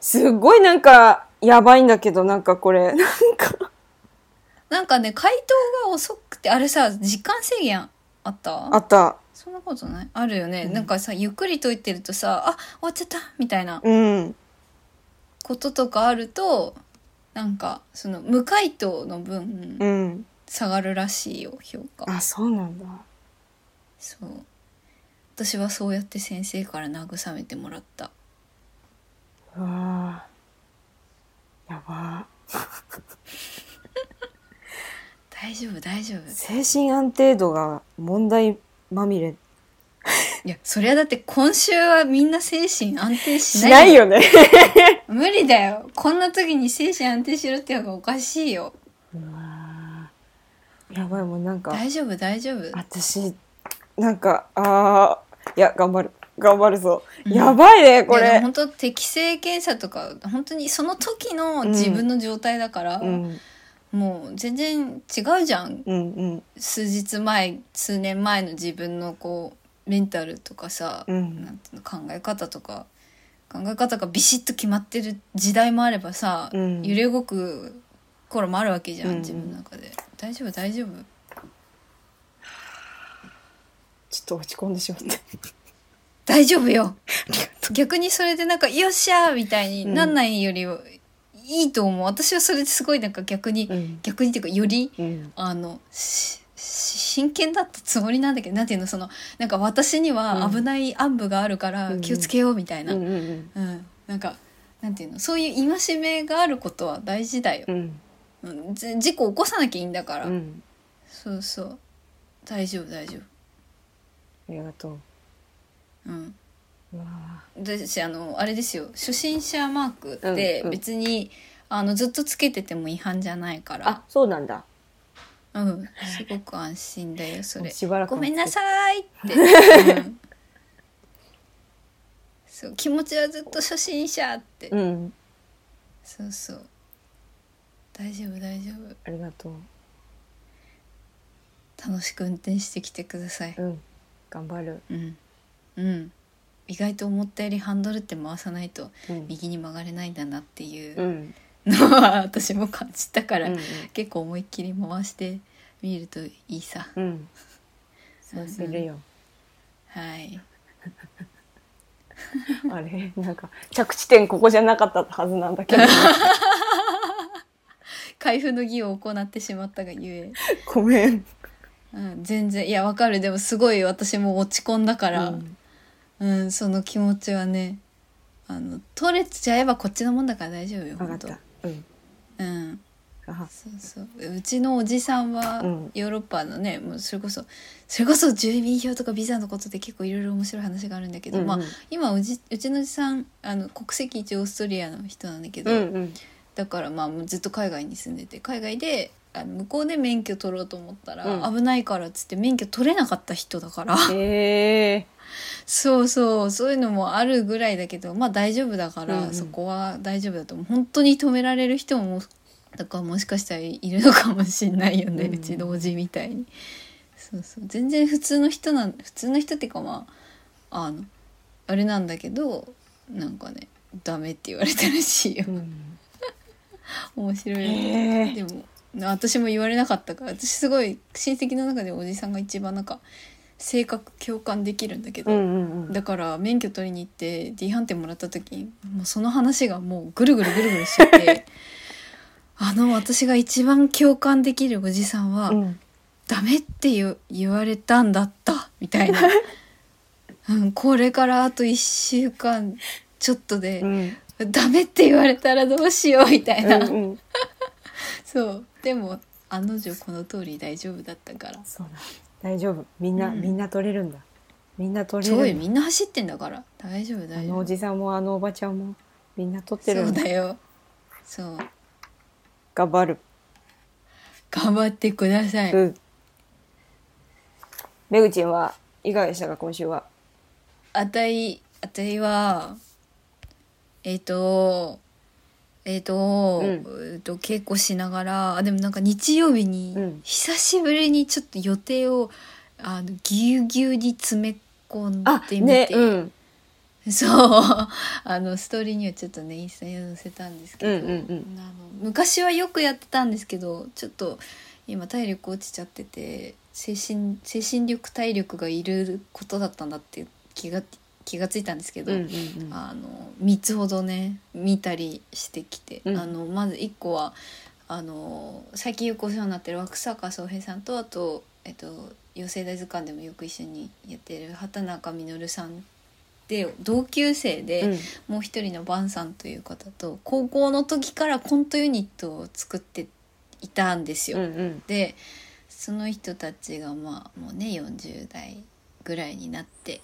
Speaker 2: すっごいなんかやばいんだけどなんかこれ [LAUGHS] なんか
Speaker 1: なんかね、回答が遅くて、あれさ、時間制限あった
Speaker 2: あった。
Speaker 1: そんなことないあるよね、
Speaker 2: うん
Speaker 1: なんかさ、ゆっくり解いてるとさ、あ、終わっちゃったみたいな
Speaker 2: うん。
Speaker 1: こととかあると、なんか、その、無回答の分、
Speaker 2: うん。
Speaker 1: 下がるらしいよ評価
Speaker 2: あそうなんだ
Speaker 1: そう私はそうやって先生から慰めてもらった
Speaker 2: うわーやば
Speaker 1: 大丈夫大丈夫
Speaker 2: 精神安定度が問題まみれ
Speaker 1: いやそりゃだって今週はみんな精神安定し
Speaker 2: し
Speaker 1: ない
Speaker 2: ないよね
Speaker 1: 無理だよこんな時に精神安定しろってのがおかしいよ
Speaker 2: やばいもうなんか
Speaker 1: 大丈夫大丈夫
Speaker 2: 私なんかあーいや頑張る頑張るぞ、
Speaker 1: うん
Speaker 2: やばいねこ
Speaker 1: いやでも
Speaker 2: れ
Speaker 1: 本当適正検査とか本当にその時の自分の状態だから、
Speaker 2: うん
Speaker 1: もう全然違うじゃん
Speaker 2: うんうん
Speaker 1: 数日前数年前の自分のこうメンタルとかさ、
Speaker 2: うん
Speaker 1: なんていうの考え方とか考え方がビシッと決まってる時代もあればさ、
Speaker 2: うん
Speaker 1: 揺れ動く頃もあるわけじゃん、
Speaker 2: うん
Speaker 1: 自分の中で大丈夫大丈夫
Speaker 2: ちょっと落ち込んでしまった
Speaker 1: 大丈夫よ [LAUGHS] 逆にそれでなんか「よっしゃ!」みたいになんないよりはいいと思う、私はそれですごいなんか逆に、
Speaker 2: ん
Speaker 1: 逆にっていうかより
Speaker 2: うん
Speaker 1: あのしし真剣だったつもりなんだけどなんていうのそのなんか私には危ない暗部があるから
Speaker 2: うん
Speaker 1: 気をつけようみたいな、
Speaker 2: う
Speaker 1: うんん
Speaker 2: うん
Speaker 1: なんかなんていうのそういう戒めがあることは大事だよ、
Speaker 2: うん
Speaker 1: うん、ぜ事故起こさなきゃいいんだから、
Speaker 2: うん
Speaker 1: そうそう大丈夫大丈
Speaker 2: ありがとう
Speaker 1: 夫うん
Speaker 2: うわ
Speaker 1: 私あのあれですよ初心者マークって
Speaker 2: うんうん
Speaker 1: 別に、あのずっとつけてても違反じゃないか
Speaker 2: ー
Speaker 1: ら
Speaker 2: あそうなんだ
Speaker 1: うんすごく安心だよそ
Speaker 2: もう
Speaker 1: れ
Speaker 2: しばらく
Speaker 1: ごめんなさ
Speaker 2: い
Speaker 1: いって、うんそう気持ちはずっと初心者って、
Speaker 2: うん
Speaker 1: そうそう大丈夫大丈
Speaker 2: ありがとう
Speaker 1: 夫楽しく運転してきてください
Speaker 2: うん頑張る、
Speaker 1: うんうん意外と思ったよりハンドルって回さないと
Speaker 2: うん
Speaker 1: 右に曲がれないんだなっていううんのは私も感じたか
Speaker 2: う
Speaker 1: ら、
Speaker 2: ん
Speaker 1: 結構思いっきり回してみるといいさ
Speaker 2: うんそうするよ、
Speaker 1: はい
Speaker 2: あれ [LAUGHS] なんか着地点ここじゃなかったはずなんだけど
Speaker 1: 開封の儀を行ってしまったがゆえ
Speaker 2: [LAUGHS] ごめん
Speaker 1: うん、全然いやわかるでもすごい私も落ち込んだから、う
Speaker 2: うんん
Speaker 1: その気持ちはねあの取れちゃえばこっちのもんだから大丈夫よ
Speaker 2: わかっ
Speaker 1: 本当
Speaker 2: たうん
Speaker 1: うん
Speaker 2: あ
Speaker 1: そうそううちのおじさんは
Speaker 2: うん
Speaker 1: ヨーロッパのね、もうそれこそそれこそ住民票とかビザのことで結構いろいろ面白い話があるんだけど、
Speaker 2: うんうん
Speaker 1: まあ今うちうちのおじさんあの国籍一応オーストリアの人なんだけど、
Speaker 2: うんうん
Speaker 1: だからまあもうずっと海外に住んでて海外であの向こうで免許取ろうと思ったら、
Speaker 2: うん
Speaker 1: 危ないからっつって免許取れなかった人だから、
Speaker 2: ええ
Speaker 1: そうそうそういうのもあるぐらいだけどまあ大丈夫だから、
Speaker 2: うんうん
Speaker 1: そこは大丈夫だと思う本当に止められる人もだからもしかしたらいるのかもしんないよね、う
Speaker 2: うん
Speaker 1: ちのおじみたいにそうそう全然普通の人なん普通の人っていうかまああのあれなんだけどなんかねダメって言われたらしい [LAUGHS] よ
Speaker 2: うん
Speaker 1: 面白いよね
Speaker 2: え
Speaker 1: で
Speaker 2: え
Speaker 1: もな私も言われなかったから私すごい親戚の中でおじさんが一番なんか性格共感できるんだけど、
Speaker 2: うんうんうん
Speaker 1: だから免許取りに行って D 判定もらった時にもうその話がもうぐるぐるぐるぐるしちゃって [LAUGHS] あの私が一番共感できるおじさんは、
Speaker 2: うん
Speaker 1: ダメって言う言われたんだったみたい
Speaker 2: [LAUGHS]
Speaker 1: な、うん、これからあと1週間ちょっとで、
Speaker 2: うん
Speaker 1: ダメって言われたらどうしようみたいな、
Speaker 2: うん
Speaker 1: そうでも案の定この通り大丈夫だったから
Speaker 2: そうだ大丈夫みんな
Speaker 1: うん
Speaker 2: みんな取れるんだみんな取
Speaker 1: そう
Speaker 2: れ
Speaker 1: よ
Speaker 2: るん
Speaker 1: み
Speaker 2: だ
Speaker 1: んな走ってんだから大丈夫
Speaker 2: あ
Speaker 1: 大丈
Speaker 2: の
Speaker 1: 夫
Speaker 2: おじさんもあのおばちゃんもみんな取って
Speaker 1: そ
Speaker 2: る
Speaker 1: うん
Speaker 2: だ
Speaker 1: だよそう
Speaker 2: 頑張る
Speaker 1: 頑張ってください、
Speaker 2: うんめぐちんはいかがでしたか今週は
Speaker 1: あたい、あたいは、えっ、と、えっ、と、
Speaker 2: うん
Speaker 1: えーと、稽古しながら、あ、でもなんか日曜日に、
Speaker 2: うん
Speaker 1: 久しぶりにちょっと予定を、あの、ぎゅうぎゅうに詰め込ん
Speaker 2: あ
Speaker 1: でみ
Speaker 2: ね
Speaker 1: て、
Speaker 2: うん
Speaker 1: [LAUGHS] そう、あの、ストーリーにはちょっとね、インスタに載せたんですけ
Speaker 2: うんう
Speaker 1: ど、
Speaker 2: んうん
Speaker 1: あの昔はよくやってたんですけどちょっと今体力落ちちゃってて精神精神力体力がいることだったんだって気が気がついたんですけど、
Speaker 2: うんうんうん
Speaker 1: あの3つほどね見たりしてきて、
Speaker 2: うん
Speaker 1: あのまず1個はあの最近よくお世話になってる涌坂壮平さんとあと、えっと、養成大図鑑でもよく一緒にやってる畑中稔さんで同級生で、
Speaker 2: うん
Speaker 1: もう一人のバンさんという方と高校の時からコントユニットを作っていたんですよ。
Speaker 2: うんうん
Speaker 1: でその人たちがまあもうね40代ぐらいになって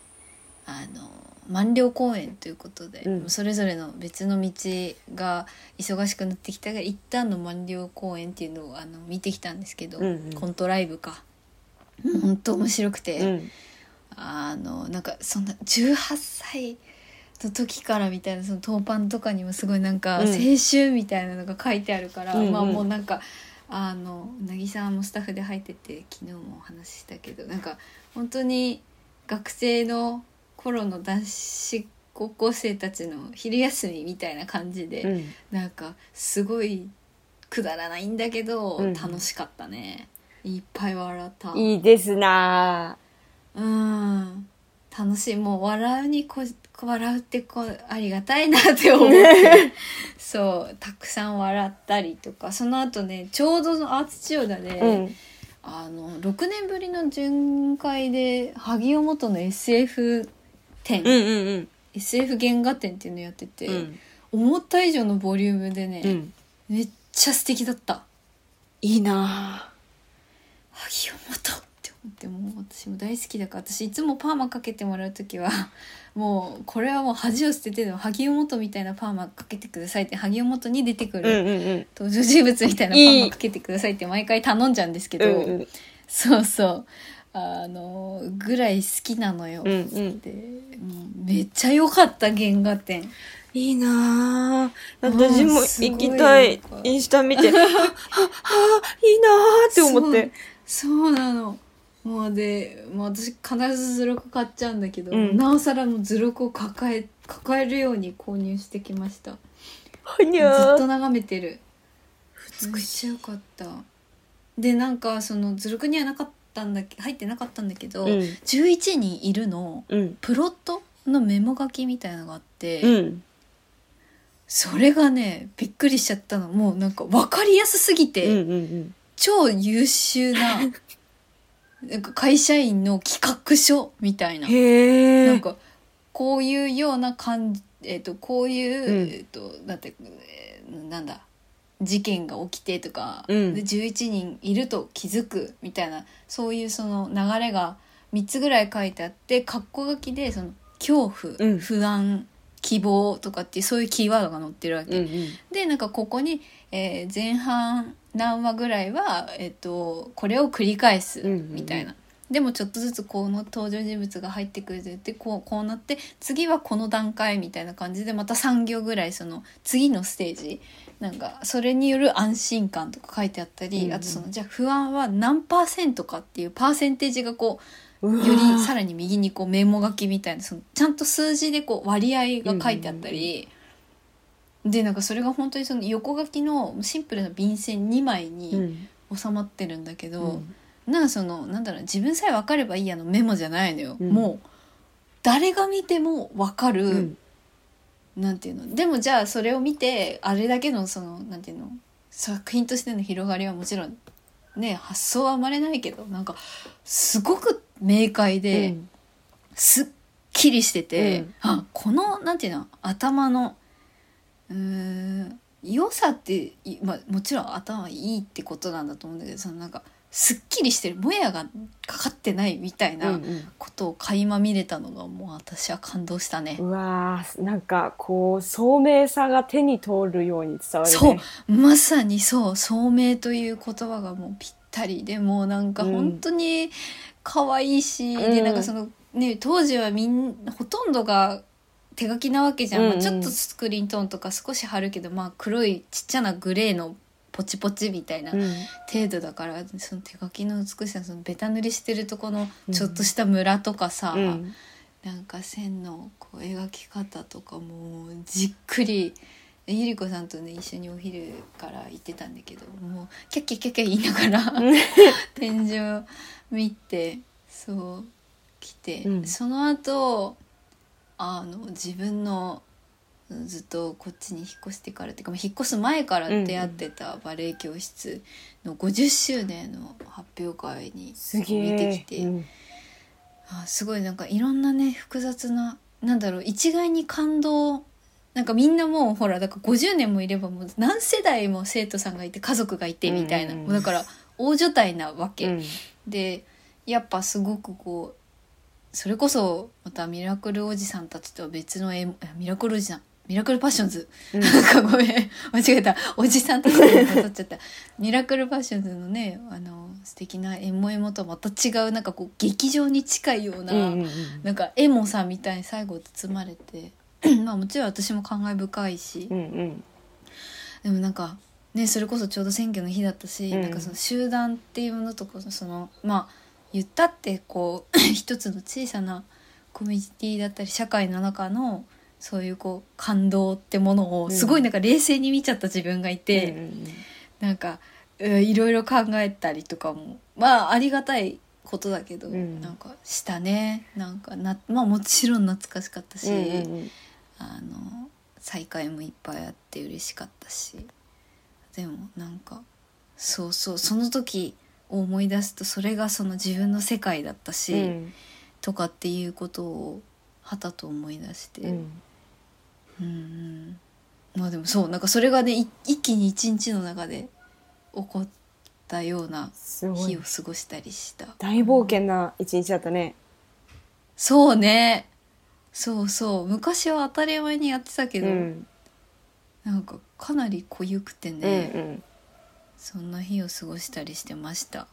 Speaker 1: あの満了公演ということで、
Speaker 2: うん
Speaker 1: それぞれの別の道が忙しくなってきたが一旦の満了公演っていうのをあの見てきたんですけど、
Speaker 2: うんうん
Speaker 1: コントライブか。本当面白くて、
Speaker 2: うん
Speaker 1: あのなんかそんな18歳の時からみたいなその当番とかにもすごいなんか
Speaker 2: うん
Speaker 1: 青春みたいなのが書いてあるから、
Speaker 2: うんうん
Speaker 1: まあもうなんかあのなぎさんもスタッフで入ってて昨日もお話ししたけどなんか本当に学生の頃の男子高校生たちの昼休みみたいな感じで、
Speaker 2: うん
Speaker 1: なんかすごいくだらないんだけど、
Speaker 2: うん
Speaker 1: 楽しかったねいっぱい笑った。
Speaker 2: いいですな
Speaker 1: うん楽しいもう笑うにこ笑うってこうありがたいなって思ってそうたくさん笑ったりとかその後ねちょうどそのアーツ千代田で、
Speaker 2: ぁうん
Speaker 1: あの6年ぶりの巡回で萩尾元の SF 展、
Speaker 2: うんうん
Speaker 1: SF 原画展っていうのやってて、
Speaker 2: うん
Speaker 1: 思った以上のボリュームでね、
Speaker 2: うん
Speaker 1: めっちゃ素敵だった
Speaker 2: いいな
Speaker 1: 萩尾元って思ってもう私も大好きだから私いつもパーマかけてもらう時は [LAUGHS] もうこれはもう恥を捨ててでも萩尾元みたいなパーマかけてくださいって萩尾元に出てく
Speaker 2: ぁうん
Speaker 1: る
Speaker 2: うん
Speaker 1: 登場人物みたいなパーマかけてくださいって毎回頼んじゃうんですけ
Speaker 2: う
Speaker 1: ど、
Speaker 2: んうん
Speaker 1: そうそうあのぐらい好きなのよ。
Speaker 2: うんうん
Speaker 1: でもうめっちゃ良かった原画展
Speaker 2: いいなぁ
Speaker 1: うん
Speaker 2: 私も行きた
Speaker 1: す
Speaker 2: い
Speaker 1: ごいなんか
Speaker 2: インスタ見てはははいいなぁって思って
Speaker 1: そうなのもうでもう私必ず図録買っちゃうんだけど、
Speaker 2: うん
Speaker 1: なおさらもう図録を抱え抱えるように購入してきました
Speaker 2: はに
Speaker 1: ずっ
Speaker 2: ゃ
Speaker 1: と
Speaker 2: ー
Speaker 1: 眺めてる美しいよかったでなんかその図録にはなかったんだけ入ってなかったんだけど、
Speaker 2: うん
Speaker 1: 11人いるの
Speaker 2: うん
Speaker 1: プロットのメモ書きみたいなのがあって、
Speaker 2: うん
Speaker 1: それがねびっくりしちゃったのもうなんか分かりやすすぎて、
Speaker 2: うんうん
Speaker 1: 超優秀
Speaker 2: [LAUGHS]
Speaker 1: ななんか会社員の企画書みたい
Speaker 2: うん
Speaker 1: な
Speaker 2: へえ
Speaker 1: なんかこういうような感じ、えっとこういう、
Speaker 2: うん
Speaker 1: えっとだって、えーなんだ事件が起きてとか、
Speaker 2: うん
Speaker 1: で11人いると気づくみたいなそういうその流れが3つぐらい書いてあって括弧書きでその恐怖、
Speaker 2: うん
Speaker 1: 不安希望とかっていうそういうキーワードが載ってるわけ
Speaker 2: うんうん
Speaker 1: でなんかここに、えー前半何話ぐらいは、えっとこれを繰り返す
Speaker 2: うんうんうん
Speaker 1: みたいな、でもちょっとずつこの登場人物が入ってくれててこうこうなって次はこの段階みたいな感じでまた3行ぐらいその次のステージなんかそれによる安心感とか書いてあったり、
Speaker 2: うんうん
Speaker 1: あとそのじゃあ不安は何パーセントかっていうパーセンテージがこう
Speaker 2: うわ
Speaker 1: よりさらに右にこうメモ書きみたいなそのちゃんと数字でこう割合が書いてあったり、でなんかそれが本当にその横書きのシンプルな便箋2枚
Speaker 2: う
Speaker 1: に
Speaker 2: ん
Speaker 1: 収まってるんだけど、
Speaker 2: うん
Speaker 1: なんかそのなんだろう自分さえ分かればいいやのメモじゃないのよ、
Speaker 2: うん
Speaker 1: もう誰が見ても分かる、
Speaker 2: うん
Speaker 1: なんていうのでもじゃあそれを見てあれだけのそのなんていうの作品としての広がりはもちろんね発想は生まれないけどなんかすごく明快で。
Speaker 2: うん
Speaker 1: すっきりしてて、
Speaker 2: うん
Speaker 1: あこのなんていうの頭のうーん良さって、いまあ、もちろん頭いいってことなんだと思うんだけどそのなんかすっきりしてるもやがかかってないみたい
Speaker 2: うんう
Speaker 1: なんことを垣間見れたのがもう私は感動したね。
Speaker 2: うわーなんかこう聡明さが手に通るように伝わるね
Speaker 1: そうまさにそう聡明という言葉がもうぴったりでもうなんか
Speaker 2: うん
Speaker 1: 本当に可愛いし、
Speaker 2: うん
Speaker 1: でなんかそのね当時はみんほとんどが手書きなわけじゃん、
Speaker 2: うんうん
Speaker 1: まあ、ちょっとスクリーントーンとか少し貼るけどまあ黒いちっちゃなグレーのポチポチみたいな
Speaker 2: うん
Speaker 1: 程度だから、その手書きの美しさそのベタ塗りしてるとこのちょっとしたムラとかさ、
Speaker 2: うん
Speaker 1: なんか線のこう描き方とかもうじっくりゆり子さんとね一緒にお昼から行ってたんだけどもうキャッキャッキャッキャ言いなが [LAUGHS] ら天井見てそう来て、
Speaker 2: うん
Speaker 1: その後あの自分のずっとこっちに引っ越してからっていうかまあ引っ越す前から出会ってたバレエ教室の50周年の発表会に
Speaker 2: すげえ
Speaker 1: 見てきて、
Speaker 2: うん
Speaker 1: あすごいなんかいろんなね複雑ななんだろう一概に感動なんかみんなもうほらだから50年もいればもう何世代も生徒さんがいて家族がいてみたいな、
Speaker 2: うんうん
Speaker 1: もうだから大所帯なわけ、
Speaker 2: うん
Speaker 1: でやっぱすごくこうそれこそまたミラクルおじさんたちとは別のえミラクルおじさんミラクルパッションズ
Speaker 2: うん
Speaker 1: なんかごめん [LAUGHS] 間違えたおじさんたちに戻っちゃったミラクルパッションズのねあの素敵なエモエモとはまた違うなんかこう劇場に近いような、
Speaker 2: うんうんうん
Speaker 1: なんかエモさみたいに最後包まれて [CLEARS THROAT] まあもちろん私も感慨深いし、
Speaker 2: うんうん
Speaker 1: でもなんかねそれこそちょうど選挙の日だったし、
Speaker 2: うん
Speaker 1: なんかその集団っていうものとこのそのまあ言ったってこう [LAUGHS] 一つの小さなコミュニティだったり社会の中のそういうこう感動ってもの
Speaker 2: う
Speaker 1: を
Speaker 2: ん
Speaker 1: すごいなんか冷静に見ちゃった自分がいて、
Speaker 2: うんうん
Speaker 1: なんかうんいろいろ考えたりとかもまあありがたいことだけど、
Speaker 2: うん
Speaker 1: なんかしたねなんかなまあもちろん懐かしかったし、
Speaker 2: うんうんうん
Speaker 1: あの再会もいっぱいあって嬉しかったしでもなんかそうそうその時を思い出すとそれがその自分の世界だったし、
Speaker 2: うん
Speaker 1: とかっていうことをはたと思い出して、
Speaker 2: う
Speaker 1: うん、
Speaker 2: ん
Speaker 1: うんまあでもそうなんかそれがねい一気に一日の中で起こったような
Speaker 2: すご
Speaker 1: 日
Speaker 2: い
Speaker 1: を過ごしたりした
Speaker 2: 大冒険な一日だったね
Speaker 1: そうねそうそう昔は当たり前にやってたけ
Speaker 2: う
Speaker 1: ど、
Speaker 2: ん
Speaker 1: なんかかなり濃ゆくて
Speaker 2: うんう
Speaker 1: ね、
Speaker 2: ん
Speaker 1: そんな日を過ごしたりしてました。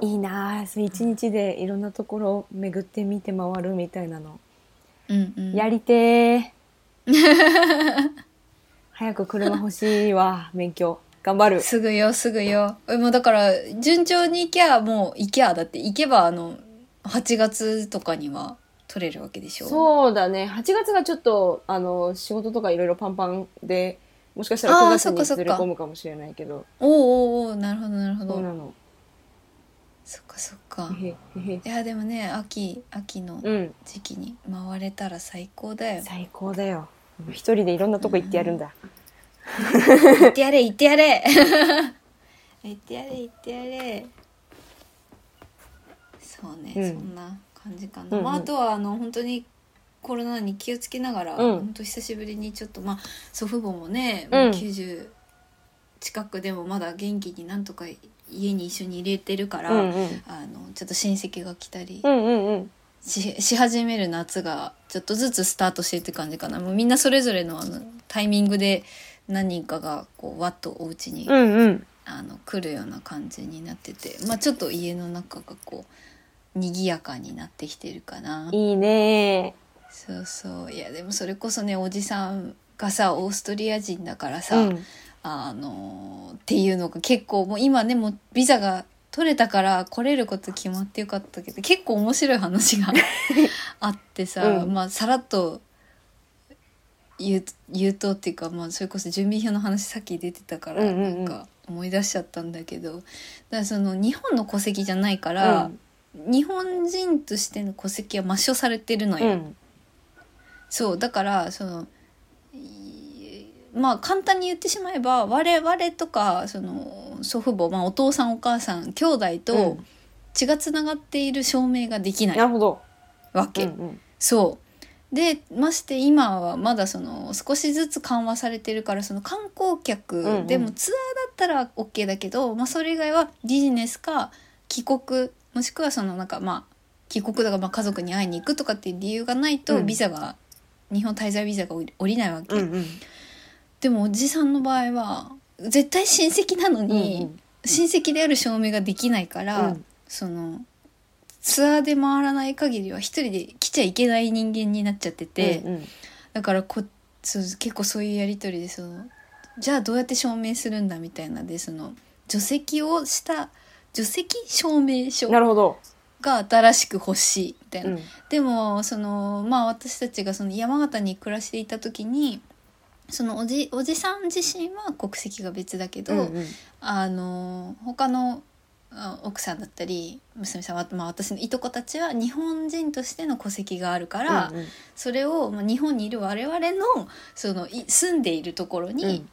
Speaker 2: いいなあそう一日でいろんなところを巡って見て回るみたいなの
Speaker 1: うんうん。
Speaker 2: やりてー [LAUGHS] 早く車欲しいわ免許頑張る
Speaker 1: すぐよ、すぐよ。えもうだから、順調に行きゃ、もう行きゃ、だって行けば、あの、8月とかには取れるわけでしょ
Speaker 2: そうだね8月がちょっとあの仕事とかいろいろパンパンでもしかしたら
Speaker 1: あー
Speaker 2: 9月
Speaker 1: そっ
Speaker 2: に
Speaker 1: かそっ
Speaker 2: ず
Speaker 1: か
Speaker 2: れ込むかもしれないけど
Speaker 1: おうおうおう、なるほど、なるほ
Speaker 2: そう
Speaker 1: ど。
Speaker 2: なの
Speaker 1: そっかそっか。
Speaker 2: へへへ
Speaker 1: いや、でもね、秋、秋の
Speaker 2: うん
Speaker 1: 時期に回れたら最高だよ。
Speaker 2: 最高だよ一人でいろんなとこ行ってやるんだ
Speaker 1: 行ってやれ、行ってやれ [LAUGHS] 行ってやれ、行ってやれ。そうね、
Speaker 2: うん
Speaker 1: そんな感じかな。
Speaker 2: うんうん
Speaker 1: まあ、あとは、あの、本当にコロナに気をつけながら、
Speaker 2: うん
Speaker 1: 本当久しぶりにちょっと、まあ、祖父母もね、
Speaker 2: うん
Speaker 1: もう90近くでもまだ元気になんとか家に一緒に入れてるから、
Speaker 2: うんうん
Speaker 1: あの、ちょっと親戚が来たり
Speaker 2: うんうんうん
Speaker 1: しし始める夏がちょっとずつスタートしてるって感じかなもうみんなそれぞれのあのタイミングで何人かがこうわっとお家に、
Speaker 2: うんうん
Speaker 1: あの来るような感じになってて、まあ、ちょっと家の中がこう賑やかになってきてるかない
Speaker 2: いね
Speaker 1: そうそういやでもそれこそねおじさんがさオーストリア人だから
Speaker 2: ー
Speaker 1: さ、あのーっていうのが結構もう今ねもうビザが取れたから来れること決まってよかったけど結構面白い話
Speaker 2: [LAUGHS]
Speaker 1: があってさ、
Speaker 2: うん
Speaker 1: まあさらっと言う言うとっていうか、まあ、それこそ準備表の話さっき出てたから
Speaker 2: うんうん
Speaker 1: な
Speaker 2: う
Speaker 1: ん
Speaker 2: ん
Speaker 1: か思い出しちゃったんだけど、だからその日本の戸籍じゃないか
Speaker 2: う
Speaker 1: ら、
Speaker 2: ん
Speaker 1: 日本人としての戸籍は抹消されてるの
Speaker 2: う
Speaker 1: よ。
Speaker 2: ん
Speaker 1: そうだからそのいまあ簡単に言ってしまえば我々とかその祖父母、まあ、お父さんお母さん兄弟
Speaker 2: う
Speaker 1: と
Speaker 2: ん
Speaker 1: 血がつながっている証明ができな
Speaker 2: ないるほど
Speaker 1: わけ。
Speaker 2: うんうん
Speaker 1: そうでまして今はまだその少しずつ緩和されてるからその観光客、
Speaker 2: うんうん
Speaker 1: でもツアーだったら OK だけど、まあ、それ以外はビジネスか帰国もしくはそのなんかまあ帰国だからまあ家族に会いに行くとかっていう理由がないと
Speaker 2: うん
Speaker 1: ビザが、日本滞在ビザが下り下りないわけ、
Speaker 2: うんうん
Speaker 1: でもおじさんの場合は絶対親戚なのに、親戚である証明ができないから、
Speaker 2: うん
Speaker 1: そのツアーで回らない限りは一人で来ちゃいけない人間になっちゃってて、
Speaker 2: うんうん
Speaker 1: だからこそう結構そういうやり取りでそのじゃあどうやって証明するんだみたいなでその除籍をした除籍証明書
Speaker 2: なるほど
Speaker 1: が新しく欲しいみたいな、
Speaker 2: うん
Speaker 1: でもそのまあ私たちがその山形に暮らしていた時にそのおじおじさん自身は国籍が別だけど、
Speaker 2: うんうん
Speaker 1: あの他のあ奥さんだったり娘さんは、まあ、私のいとこたちは日本人としての戸籍があるから、
Speaker 2: うんうん
Speaker 1: それを、まあ、日本にいる我々のそのい住んでいるところに、
Speaker 2: うん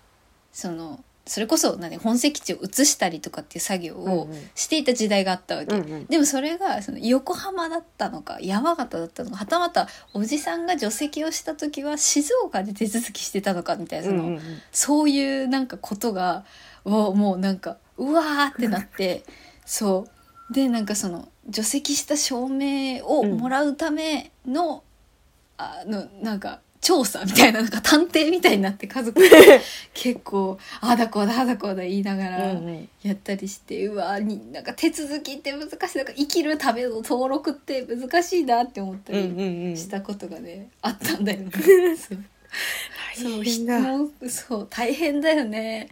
Speaker 1: そのそれこそ何本籍地を移したりとかっていう作業を
Speaker 2: うんうん
Speaker 1: していた時代があったわけ、
Speaker 2: うんうん
Speaker 1: でもそれがその横浜だったのか山形だったのかはたまたおじさんが除籍をした時は静岡で手続きしてたのかみたいなその、
Speaker 2: うん
Speaker 1: [LAUGHS]
Speaker 2: うん
Speaker 1: そういうなんかことがもうもうなんかうわーってなって
Speaker 2: [LAUGHS]
Speaker 1: そうでなんかその除籍した証明をもらうための、あのなんか調査みたいななんか探偵みたいになって家族が [LAUGHS] 結構ああだこうだああだこうだ言いなが
Speaker 2: う
Speaker 1: ら
Speaker 2: んうん
Speaker 1: やったりして、うわーになんか手続きって難しいなんか生きるための登録って難しいなって思った
Speaker 2: うん
Speaker 1: り
Speaker 2: うんうん
Speaker 1: したことがね、あったんだよ
Speaker 2: [LAUGHS]
Speaker 1: ね。そうそう
Speaker 2: 大変だ
Speaker 1: もうそう大変だよね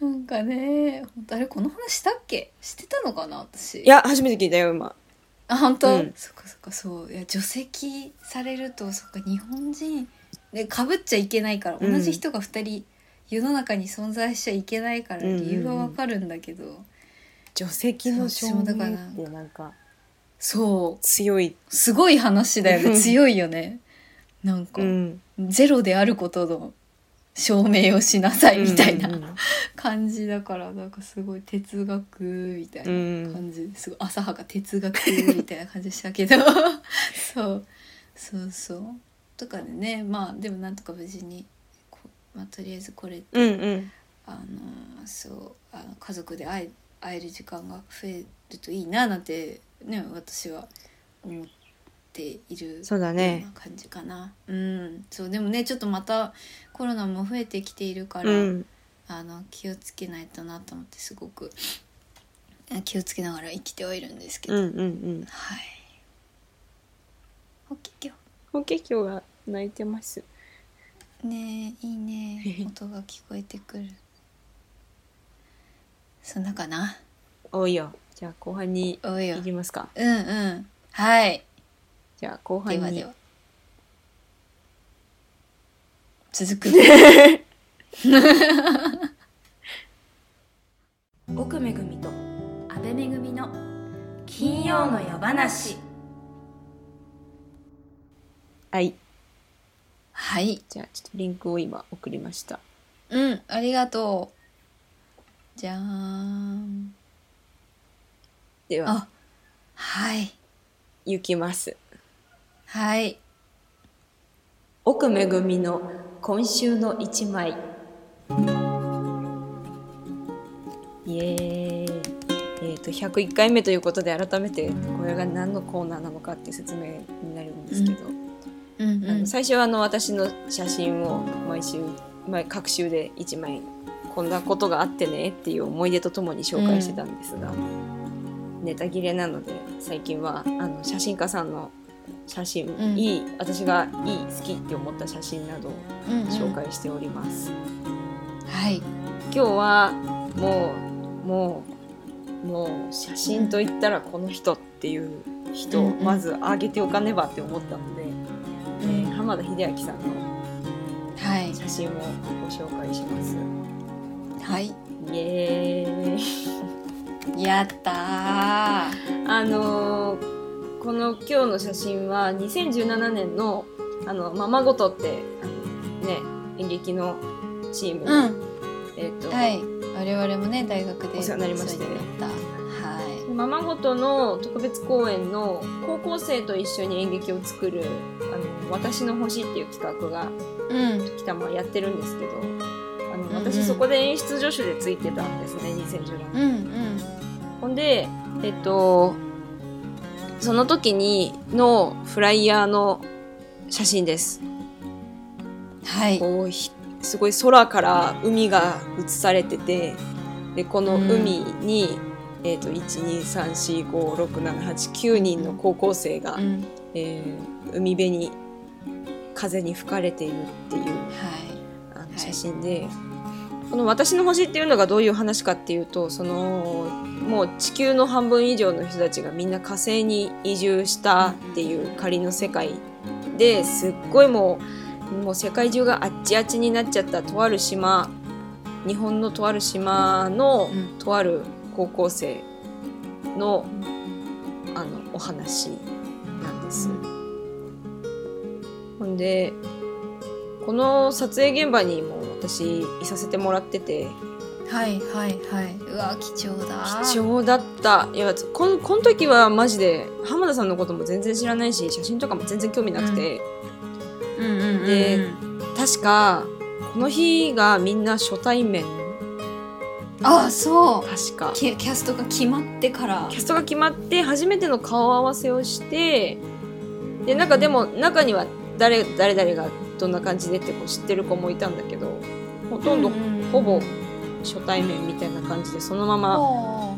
Speaker 1: なんかねほんとあれこの話したっけしてたのかな私
Speaker 2: いや初めて聞いたよ今
Speaker 1: あ本当、
Speaker 2: うん
Speaker 1: そっかそっかそういや除籍されるとそっか日本人でかぶっちゃいけないから
Speaker 2: うん
Speaker 1: 同じ人が2人、世の中に存在しちゃいけないから
Speaker 2: うんうんうん
Speaker 1: 理由はわかるんだけど、
Speaker 2: 除籍の証明ってなんか
Speaker 1: そ
Speaker 2: 強い、
Speaker 1: うすごい話だよ
Speaker 2: う
Speaker 1: ね
Speaker 2: ん
Speaker 1: 強いよねなんか、
Speaker 2: うん、
Speaker 1: ゼロであることの証明をしなさいみたいな、
Speaker 2: うんうん
Speaker 1: 感じだからなんかすごい哲学みたいな感じ、すごい浅はか哲学みたいな感じした
Speaker 2: [LAUGHS]
Speaker 1: けどそうそうそうとかでねまあでもなんとか無事にこ [LAUGHS] う、まあ、とりあえずこれ
Speaker 2: うんうん
Speaker 1: あのーそうあの家族で会え会える時間が増えるといいななんてね私は思っている
Speaker 2: そうだね
Speaker 1: ような感じかな。うん、そうでもねちょっとまたコロナも増えてきているから。
Speaker 2: うん
Speaker 1: あの気をつけないとなと思ってすごくえ気をつけながら生きてはいるんですけ
Speaker 2: う
Speaker 1: ど、
Speaker 2: んうん
Speaker 1: はいおっきいよ
Speaker 2: うん法華経が泣いてます
Speaker 1: ねえいいね音が聞こえてくるそんなかな
Speaker 2: おいよじゃあ後半に
Speaker 1: おいよ
Speaker 2: 行きますか
Speaker 1: うんうんはい
Speaker 2: じゃあ後半
Speaker 1: で
Speaker 2: に
Speaker 1: はでは続く
Speaker 3: 奥めぐみと
Speaker 1: 安倍めぐみの
Speaker 3: 金曜の夜話
Speaker 2: はい
Speaker 1: はい
Speaker 2: じゃあちょっとリンクを今送りました
Speaker 1: うんありがとうじゃーん
Speaker 2: では
Speaker 1: あはい
Speaker 2: 行きます
Speaker 1: はい
Speaker 2: 奥めぐみの今週の一枚イエーイえー、と101回目ということで改めてこれが何のコーナーなのかっていう説明になるんですけど、
Speaker 1: うん
Speaker 2: あ
Speaker 1: う
Speaker 2: の
Speaker 1: ん
Speaker 2: 最初はあの私の写真を毎週毎各週で1枚こんなことがあってねっていう思い出とともに紹介してたんですが、ネタ切れなので最近はあの写真家さんの写真、
Speaker 1: うん
Speaker 2: いい私がいい好きって思った写真などを
Speaker 1: うんうん
Speaker 2: 紹介しております。
Speaker 1: はい
Speaker 2: 今日はもうもうもう写真と言ったらこの人っていう人を
Speaker 1: うんうん
Speaker 2: まず上げておかねばって思ったので、えー浜田秀明さんの
Speaker 1: はい
Speaker 2: 写真をご紹介します。
Speaker 1: はい
Speaker 2: イエーイ。
Speaker 1: やった
Speaker 2: あのーこの今日の写真は2017年のあのママごとってあのね演劇のチー
Speaker 1: ー
Speaker 2: ムの、
Speaker 1: うん
Speaker 2: えっ、と、
Speaker 1: はい我々もね大学で
Speaker 2: お世話になりまし
Speaker 1: そう
Speaker 2: て
Speaker 1: いうのやったは
Speaker 2: ママごとの特別公演の高校生と一緒に演劇を作るあの私の星っていう企画が
Speaker 1: いうん
Speaker 2: 北もやってるんですけど、あの
Speaker 1: うんう
Speaker 2: 私
Speaker 1: ん
Speaker 2: そこで演出助手でついてたんですね2017年。
Speaker 1: うん
Speaker 2: ほんで、えっと、その時にのフライヤーの写真です。
Speaker 1: うんはい
Speaker 2: こうひすごい空から海が映されてて、で、この海に、えっと、1、2、3、4、5、6、7、8、9人の高校生が、
Speaker 1: うん
Speaker 2: えー海辺に風に吹かれているっていう
Speaker 1: は
Speaker 2: あの
Speaker 1: い
Speaker 2: 写真で、この「私の星」っていうのがどういう話かっていうとそのもう地球の半分以上の人たちがみんな火星に移住したっていう仮の世界ですっごいもうもう世界中があっちあっちになっちゃったとある島日本のとある島の
Speaker 1: うん
Speaker 2: とある高校生の
Speaker 1: うん
Speaker 2: あのお話なんです。ほんでこの撮影現場にも私いさせてもらってて
Speaker 1: はいはいはいうわ貴重だ
Speaker 2: 貴重だったいやこんこの時はマジで浜田さんのことも全然知らないし写真とかも全然興味なくて、
Speaker 1: うんうんうんうん
Speaker 2: で確かこの日がみんな初対面
Speaker 1: ああそう
Speaker 2: 確か
Speaker 1: キキャストが決まってから
Speaker 2: キャストが決まって初めての顔合わせをしてでなんかでも中には誰誰々がどんな感じでってこう知ってる子もいたんだけどほとんど
Speaker 1: うんうんうん
Speaker 2: ほぼ初対面みたいな感じでそのまま
Speaker 1: お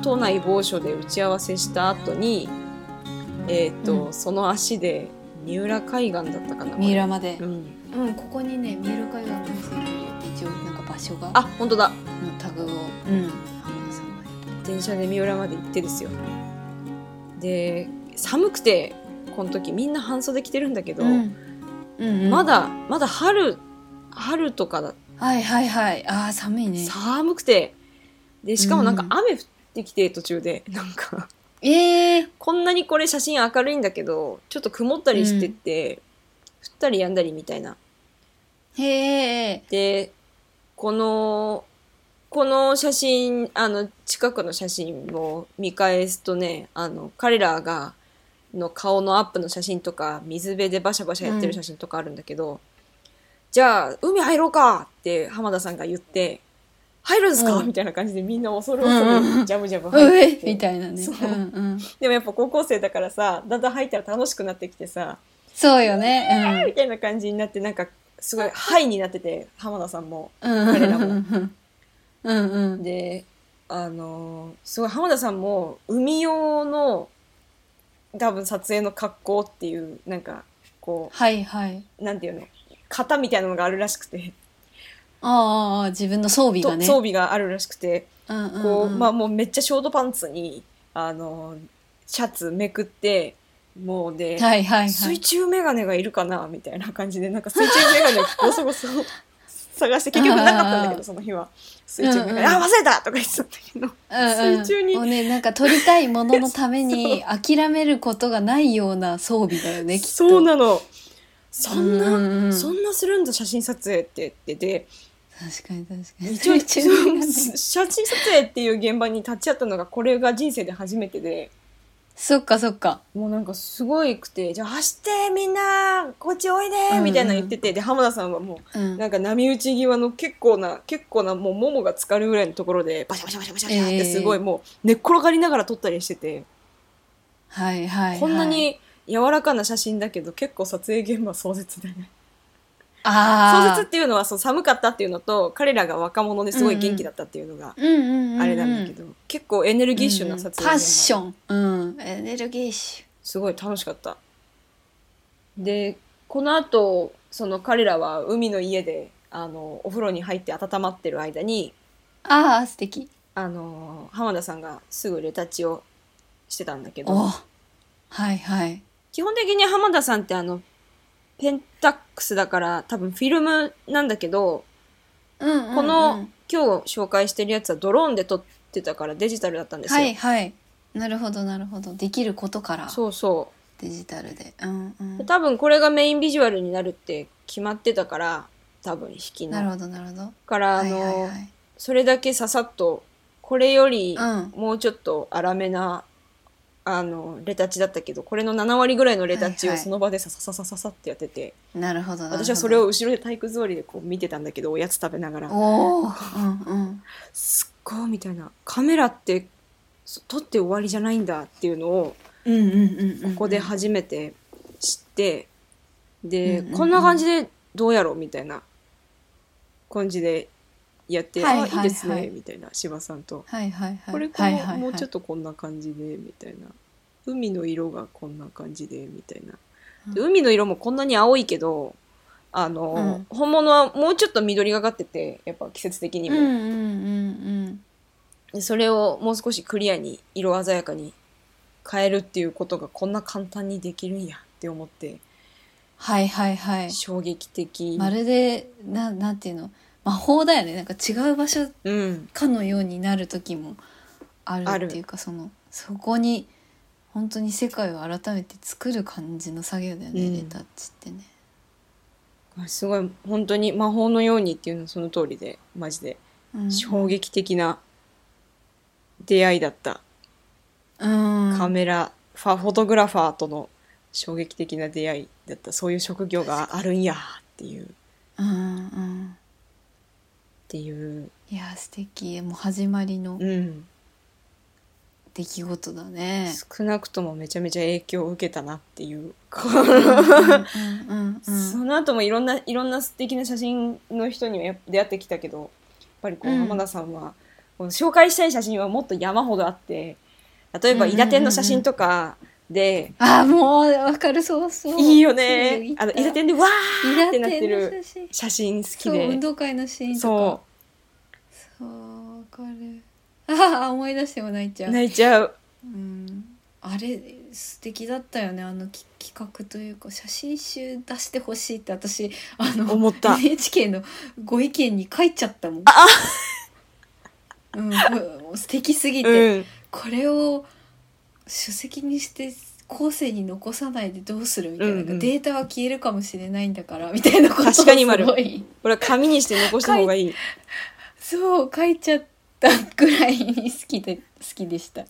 Speaker 1: ー
Speaker 2: 都内某所で打ち合わせした後にえっ、と、
Speaker 1: う
Speaker 2: その足で三浦海岸だったかなこれ
Speaker 1: 三浦まで
Speaker 2: うん
Speaker 1: うんここにね三浦海岸のせる一応なんか場所が
Speaker 2: あ本当だ
Speaker 1: のタグをうん浜田さんがやって
Speaker 2: 電車で三浦まで行ってですよで寒くてこの時みんな半袖着てるんだけど、
Speaker 1: うんうん
Speaker 2: まだまだ春春とかだ
Speaker 1: はいはいはいああ寒いね
Speaker 2: 寒くてでしかもなんか
Speaker 1: うん
Speaker 2: 雨降ってきて途中でなんか
Speaker 1: ええー、
Speaker 2: こんなにこれ写真明るいんだけどちょっと曇ったりしてって、降ったりやんだりみたいな
Speaker 1: へえ
Speaker 2: でこのこの写真あの近くの写真を見返すとねあの彼らがの顔のアップの写真とか水辺でバシャバシャやってる写真とかあるんだけど、じゃあ海入ろうかって浜田さんが言って入るんですか、
Speaker 1: うん
Speaker 2: みたいな感じでみんな恐る
Speaker 1: うんうんう
Speaker 2: 恐
Speaker 1: ん
Speaker 2: るジャブジャブ
Speaker 1: [LAUGHS] う
Speaker 2: 入
Speaker 1: え
Speaker 2: って、
Speaker 1: みたいなね
Speaker 2: そう
Speaker 1: うんうん
Speaker 2: でもやっぱ高校生だからさだんだん入ったら楽しくなってきてさ
Speaker 1: そうよね
Speaker 2: みたいな感じになってなんかすごいハイになってて浜田さんも。
Speaker 1: うん [LAUGHS] うん
Speaker 2: 彼らも
Speaker 1: うんうんうん
Speaker 2: であのーすごい浜田さんも海用の多分撮影の格好っていうなんかこ
Speaker 1: はいはい。
Speaker 2: うなんていうの型みたいなのがあるらしくて、
Speaker 1: ああああ、自分の装備
Speaker 2: と
Speaker 1: がね。
Speaker 2: 装備があるらしくて
Speaker 1: うんうんうん
Speaker 2: こう、まあもうめっちゃショートパンツにあのーシャツめくってもうで、
Speaker 1: はいはいは
Speaker 2: 水
Speaker 1: い。
Speaker 2: 中メガネがいるかなみたいな感じでなんか水中メガネをごそごそ [LAUGHS] 探して結局なかったんだけ
Speaker 1: あ
Speaker 2: ど
Speaker 1: ー
Speaker 2: その日は水中メガネ、
Speaker 1: うんうん
Speaker 2: あ忘れたとか言ってたんだけ
Speaker 1: うん
Speaker 2: ど。
Speaker 1: うん
Speaker 2: 水中に
Speaker 1: もうね、なんか撮りたいもののため
Speaker 2: [LAUGHS]
Speaker 1: に諦めることがないような装備だよね、きっと。
Speaker 2: そうなのそんな、
Speaker 1: うんうんうん
Speaker 2: そんなするんだ写真撮影って言ってて
Speaker 1: 確かに確かに。
Speaker 2: 一応
Speaker 1: 水中眼鏡
Speaker 2: 写真撮影っていう現場に立ち会ったのがこれが人生で初めてで
Speaker 1: [LAUGHS] そっかそっか。
Speaker 2: もうなんかすごいくて「じゃあ走ってみんなこっちおいで
Speaker 1: うんう」ん
Speaker 2: みたいなの言っててで浜田さんはも
Speaker 1: う
Speaker 2: うんな。んか波打ち際の結構な結構なもうももが浸かるぐらいのところでバシャバシャバシャバシャバシャってすごいもう寝っ転がりながら撮ったりしてて、
Speaker 1: はいはい、はい。
Speaker 2: こんな。に柔らかな写真だけど結構撮影現場は壮絶だね。
Speaker 1: あ
Speaker 2: 壮
Speaker 1: あ。
Speaker 2: 絶っていうのはそう寒かったっていうのと彼らが若者ですごい元気だったっていうのが
Speaker 1: うんうんうん、うん。
Speaker 2: あれなんだけど、結構エネルギッシュな撮影現場
Speaker 1: パッション。うん。エネルギッシ
Speaker 2: すごい楽しかったでこの後その彼らは海の家であのお風呂に入って温まってる間に
Speaker 1: ュ。ああ、素敵。
Speaker 2: あの浜田さんがすぐレタッチをしてたんだけ
Speaker 1: お
Speaker 2: ど
Speaker 1: はいはい。
Speaker 2: 基本的に浜田さんってあのペンタックスだから多分フィルムなんだけど
Speaker 1: うんうんうん、
Speaker 2: この今日紹介してるやつはドローンで撮ってたからデジタルだったんですよ。
Speaker 1: はいはい。なるほどなるほど。できることから。
Speaker 2: そうそ
Speaker 1: デジタルで。うんう
Speaker 2: う。
Speaker 1: ん。
Speaker 2: 多分これがメインビジュアルになるって決まってたから、多分引き
Speaker 1: なる
Speaker 2: の。
Speaker 1: ほどなるほど。
Speaker 2: から、あの、
Speaker 1: はいはいはい、
Speaker 2: それだけささっと、これより
Speaker 1: うん
Speaker 2: もうちょっと粗めな、あの、レタッチだったけど、これの7割ぐらいのレタッチ
Speaker 1: は
Speaker 2: を
Speaker 1: いはい
Speaker 2: その場でささささささってやってて、
Speaker 1: なるほどなるほど。
Speaker 2: 私はそれを後ろで体育座りでこう見てたんだけど、おやつ食べながら。
Speaker 1: おお。うんうん。
Speaker 2: すっごいみたいな。カメラって、そ撮って終わりじゃないんだっていうのを、
Speaker 1: うんうんうんうん。
Speaker 2: ここで初めて知って、で、
Speaker 1: うんうんうん
Speaker 2: こんな感じでどうやろうみたいな感じでやって、
Speaker 1: はい
Speaker 2: あ
Speaker 1: はい
Speaker 2: いいですね、
Speaker 1: はい
Speaker 2: みたいな芝さんと、
Speaker 1: はいはいはい。
Speaker 2: これこ
Speaker 1: は
Speaker 2: う、
Speaker 1: いはいはい
Speaker 2: もうちょっとこんな感じでみたいな海の色がこんな感じでみたいな、で
Speaker 1: う
Speaker 2: 海の色もこんなに青いけどあの、本物はもうちょっと緑がかっててやっぱ季節的に
Speaker 1: うん
Speaker 2: も、
Speaker 1: うんうん
Speaker 2: でそれをもう少しクリアに色鮮やかに変えるっていうことがこんな簡単にできるんやって思って
Speaker 1: はいはいはい。
Speaker 2: 衝撃的、
Speaker 1: まるでななんていうの魔法だよね。なんか違う場所
Speaker 2: うん
Speaker 1: かのようになる時もある
Speaker 2: ある
Speaker 1: っていうかそのそこに本当に世界を改めて作る感じの作業だよね、
Speaker 2: うん
Speaker 1: レタッチってね。
Speaker 2: すごい本当に魔法のようにっていうのはその通りでマジで
Speaker 1: うん
Speaker 2: 衝撃的な出会いだった、
Speaker 1: うん
Speaker 2: カメラファフォトグラファーとの衝撃的な出会いだったそういう職業があるんやっていうっ
Speaker 1: うんうん
Speaker 2: ていう
Speaker 1: いや素敵もう始まりの
Speaker 2: うん
Speaker 1: 出来事だね。
Speaker 2: 少なくともめちゃめちゃ影響を受けたなっていう、
Speaker 1: うんうんうんうん
Speaker 2: [LAUGHS] その後もいろんないろんな素敵な写真の人にはやっぱ出会ってきたけどやっぱりこう
Speaker 1: うん
Speaker 2: 浜田さんは、この紹介したい写真はもっと山ほどあって例えば伊達天の写真とかで、
Speaker 1: あもうわかるそうそう。
Speaker 2: いいよねあの伊達
Speaker 1: 天
Speaker 2: 天でわ
Speaker 1: 伊
Speaker 2: ーってなって
Speaker 1: 達天の
Speaker 2: る
Speaker 1: 写真。
Speaker 2: 写真好き
Speaker 1: そう運
Speaker 2: で
Speaker 1: 動会のシーンと
Speaker 2: そ
Speaker 1: か。そうわかる。 [LAUGHS] ああ思い出しても泣いちゃ
Speaker 2: う
Speaker 1: う。
Speaker 2: 泣いちゃう
Speaker 1: うんあれ素敵だったよねあのき企画というか写真集出してほしいって私あの
Speaker 2: 思った
Speaker 1: NHK のご意見に書いちゃったもん。うん、こ素敵すぎて、
Speaker 2: うん
Speaker 1: これを書籍にして後世に残さないでどうするみたいな,、
Speaker 2: うんうん
Speaker 1: データは消えるかもしれないんだからみたいなことをす
Speaker 2: 確かに丸
Speaker 1: ごい
Speaker 2: これは紙にして残した方がいい
Speaker 1: そう書いちゃったぐらいに好きで好きでした。
Speaker 2: い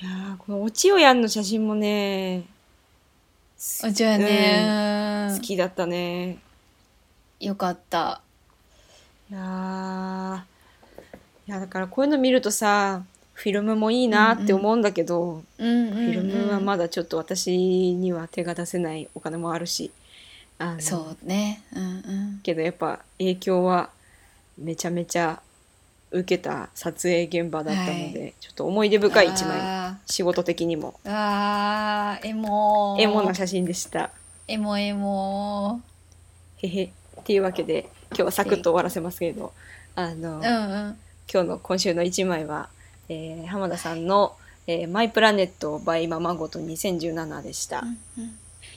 Speaker 2: やーこのお千代やんの写真もね
Speaker 1: おじゃあね、
Speaker 2: 好きだったね
Speaker 1: よかった。
Speaker 2: いやーいやだからこういうの見るとさフィルムもいいなって思うんだけど、
Speaker 1: うんうんうん、
Speaker 2: フィルムはまだちょっと私には手が出せないお金もあるしあの
Speaker 1: そうねうん
Speaker 2: けどやっぱ影響はめちゃめちゃ受けた撮影現場だったので、
Speaker 1: は
Speaker 2: ちょっと思い出
Speaker 1: うん
Speaker 2: 深い一枚
Speaker 1: あ
Speaker 2: 仕事的にも
Speaker 1: ーあーエモー
Speaker 2: エモな写真でした
Speaker 1: エモエモ
Speaker 2: へへっていうわけで今日はサクッと終わらせますけれどあの、
Speaker 1: ーうんうん
Speaker 2: 今日の今週の1枚は、えー浜田さんの、えーマイプラネット by ママごと2017でした、
Speaker 1: うん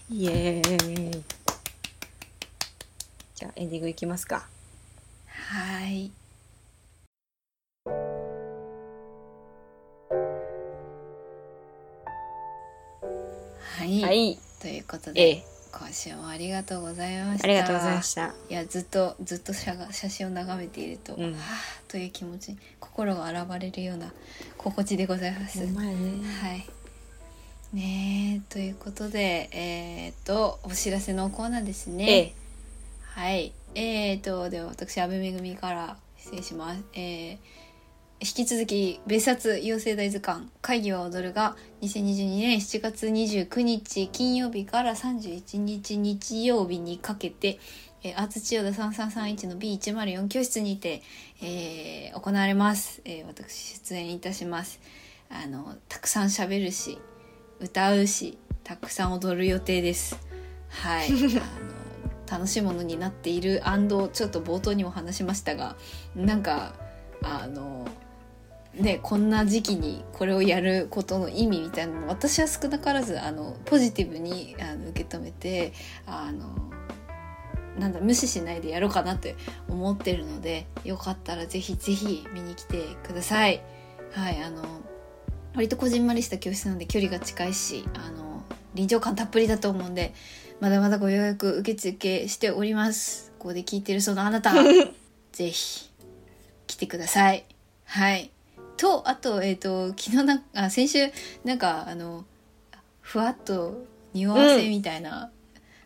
Speaker 2: イエーイじゃあエンディングいきますか
Speaker 1: はーいはい、
Speaker 2: はい、
Speaker 1: ということ
Speaker 2: え
Speaker 1: で、
Speaker 2: え
Speaker 1: 今週もありがとうございました
Speaker 2: ありがとうございました
Speaker 1: いやずっとずっと写が写真を眺めていると、
Speaker 2: うん
Speaker 1: はあという気持ち心が洗われるような心地でございます、
Speaker 2: 前ね
Speaker 1: はい。ねえということでえっ、とお知らせのコーナーですね。
Speaker 2: ええ
Speaker 1: はい。えっ、とでは私阿部めぐみから失礼します。えー引き続き別冊養成大図鑑会議は踊るが2022年7月29日金曜日から31日日曜日にかけて、えー、アーツ千代田3331の B104 教室にて、えー行われます、えー私出演いたしますあのたくさん喋るし歌うしたくさん踊る予定ですはいあの楽しいものになっているちょっと冒頭にも話しましたがなんかあのねこんな時期にこれをやることの意味みたいなの私は少なからずあのポジティブにあの受け止めてあのなんだ無視しないでやろうかなって思ってるのでよかったらぜひぜひ見に来てください。はいあの割とこじんまりした教室なんで距離が近いしあの臨場感たっぷりだと思うんでまだまだご予約受付しております。ここで聞いてるそのあなたぜひ来てください。はい。とあとえっ、と昨日なんあ先週なんかあのふわっと匂わせみたいな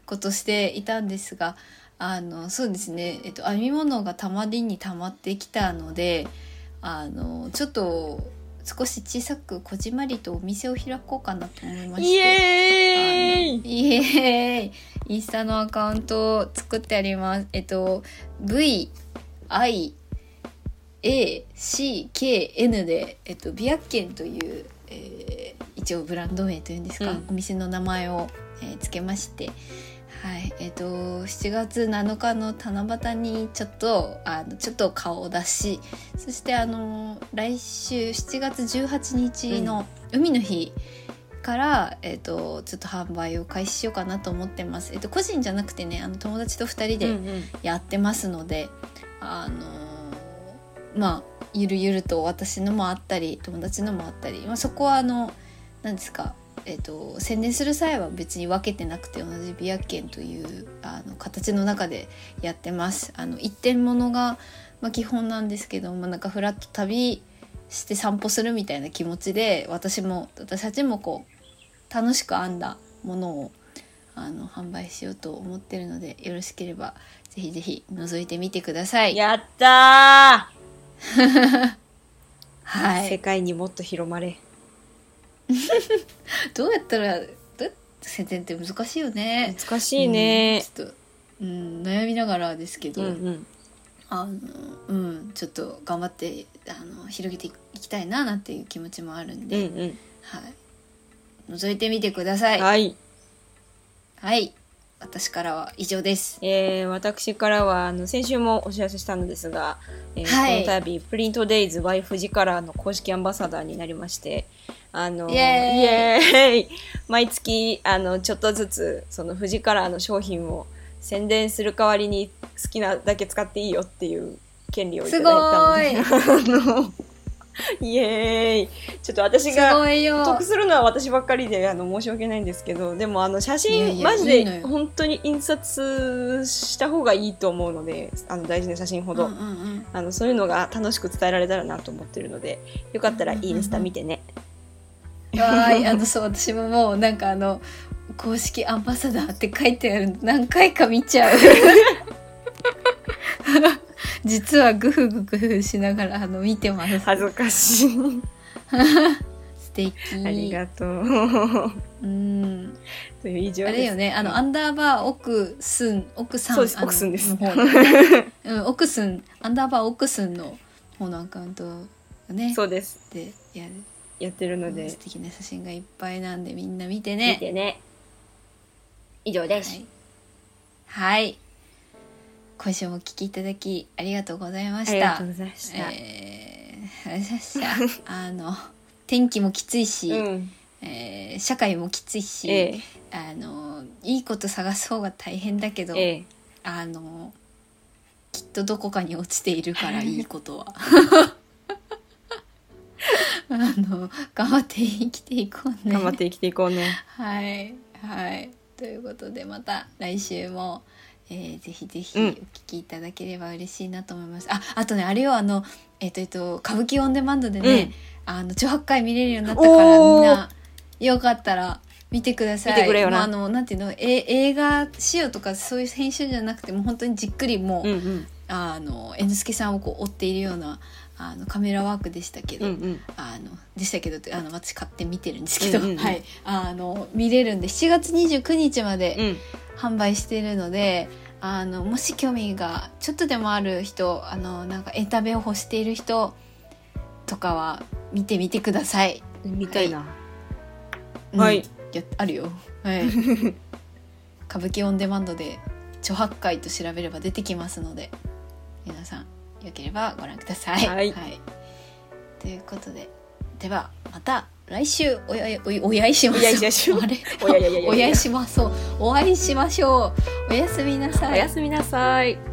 Speaker 1: ことしていたんですが、あのそうですねえっ、と編み物がたまりにたまってきたのであのちょっと少し小さくこじんまりとお店を開こうかなと思いまして。
Speaker 2: イエーイ
Speaker 1: イエーイインスタのアカウントを作ってあります。えっと、V、I、A、C、K、N で、えっと、ビアッケンという、えー一応ブランド名というんですか、
Speaker 2: うん
Speaker 1: お店の名前を、えーつけまして、はい、えっと、7月7日の七夕にちょっと、あの、ちょっと顔を出し、そしてあの来週7月18日の海の日から、えっとちょっと販売を開始しようかなと思ってます。えっと個人じゃなくてねあの友達と2人
Speaker 2: うん
Speaker 1: でやってますので、あのまあゆるゆると私のもあったり友達のもあったり、まあ、そこはあの何ですか、えっと宣伝する際は別に分けてなくて同じ美薬券というあの形の中でやってます。あの一点物が、まあ、基本なんですけどもなんかフラッと旅して散歩するみたいな気持ちで私も私たちもこう楽しく編んだものをあの販売しようと思ってるのでよろしければぜひぜひ覗いてみてください。
Speaker 2: やったー、
Speaker 1: はい
Speaker 2: 世、界にもっと広まれ。
Speaker 1: どうやったらどうやって宣伝って難しいよね。
Speaker 2: 難しいね。
Speaker 1: うんちょっと、うん、悩みながらですけ
Speaker 2: う
Speaker 1: ど、
Speaker 2: んうん。
Speaker 1: あのうんちょっと頑張ってあの広げていきたいななんていう気持ちもあるん
Speaker 2: うん
Speaker 1: で、はい、覗いてみてくださ
Speaker 2: う
Speaker 1: い。
Speaker 2: ん。
Speaker 1: はい、
Speaker 2: はい。
Speaker 1: 私からは以上です。
Speaker 2: えー私からはあの先週もお知らせしたのですが、えー
Speaker 1: はい
Speaker 2: この度プリントデイズ Y フジカラーの公式アンバサダーになりましてあの
Speaker 1: イエ
Speaker 2: イエーイ毎月あのちょっとずつそのフジカラーの商品を宣伝する代わりに好きなだけ使っていいよっていう権利をいただいたので [LAUGHS] あのイエーイちょっと私
Speaker 1: す
Speaker 2: が
Speaker 1: ごいよ。
Speaker 2: 得するのは私ばっかりであの申し訳ないんですけどでもあの写真
Speaker 1: いやいや
Speaker 2: マジ
Speaker 1: いいの
Speaker 2: で
Speaker 1: よ
Speaker 2: 本当に印刷した方がいいと思うのであの大事な写真ほど、
Speaker 1: うんうんうん。
Speaker 2: あのそういうのが楽しく伝えられたらなと思ってるのでよかったら
Speaker 1: うんうん
Speaker 2: イ
Speaker 1: うん
Speaker 2: ンスタ見てね、
Speaker 1: わーいあのそう私ももうなんかあの公式アンバサダーって書いてあるの何回か見ちゃう [LAUGHS] 実はグフグフしながらあの見てます
Speaker 2: 恥ずかしい
Speaker 1: 素敵
Speaker 2: ありがとう [LAUGHS]
Speaker 1: うん
Speaker 2: という以上
Speaker 1: あれよねあのアンダーバー奥すん奥さん
Speaker 2: そうです
Speaker 1: あの
Speaker 2: 奥すんです
Speaker 1: の方ね
Speaker 2: [LAUGHS]
Speaker 1: うん奥すんアンダーバー奥すんの方のアカウントがね
Speaker 2: そうです
Speaker 1: でやる
Speaker 2: やってるので、
Speaker 1: 素敵な写真がいっぱいなんでみんな見て
Speaker 2: 見
Speaker 1: ね
Speaker 2: てね以上です、
Speaker 1: はい。はい。今週もお聞きいただきありがとうございま
Speaker 2: あ
Speaker 1: し
Speaker 2: りが
Speaker 1: た
Speaker 2: とう。ございました、
Speaker 1: えーありがとうございま
Speaker 2: [LAUGHS]
Speaker 1: した。あの天気もきついし、
Speaker 2: うん
Speaker 1: えー社会もきついし、
Speaker 2: え
Speaker 1: あのいいこと探す方が大変だけど、
Speaker 2: ええ
Speaker 1: あのきっとどこかに落ちている
Speaker 2: [LAUGHS]
Speaker 1: からいいことは。 [LAUGHS] あの頑張って生きていこう
Speaker 2: え
Speaker 1: ね。
Speaker 2: 頑張って生きていこうね
Speaker 1: はいはいということでまた来週も、えーぜひぜひお
Speaker 2: うん
Speaker 1: 聞きいただければ嬉しいなと思います、ああとねあれよあのえっ、とえっ、と歌舞伎オンデマンドでね、あの18回見れるようになったから
Speaker 2: おー
Speaker 1: みんなよかったら見てください
Speaker 2: 見てくれよな
Speaker 1: もうあのなんていうのえ映画仕様とかそういう編集じゃなくてもう本当にじっくり [LAUGHS] もう、
Speaker 2: うんうん
Speaker 1: あの猿之助さんをこう追っているようなあのカメラワークでしたけ
Speaker 2: う
Speaker 1: ど、
Speaker 2: んうん
Speaker 1: あのでしたけどってあの私買って見てるんですけど、
Speaker 2: うんうんうん
Speaker 1: はいあの見れるんで7月29日まで
Speaker 2: うん
Speaker 1: 販売しているので、あのもし興味がちょっとでもある人あのなんかエンタメを欲している人とかは見てみてください。
Speaker 2: みたいな。
Speaker 1: うん
Speaker 2: はい
Speaker 1: やあるよ。
Speaker 2: [LAUGHS]
Speaker 1: はい。歌舞伎オンデマンドで著白会と調べれば出てきますので、皆さんよければご覧ください。
Speaker 2: はい
Speaker 1: ということで、ではまた来週おやおやおやいしま
Speaker 2: おやいしま
Speaker 1: し
Speaker 2: し
Speaker 1: ょ
Speaker 2: ょ
Speaker 1: う。
Speaker 2: う
Speaker 1: [LAUGHS] あれ
Speaker 2: おやいやいやいや
Speaker 1: おやいしましょう。お会いしましょう。おやすみなさい。
Speaker 2: みなさい。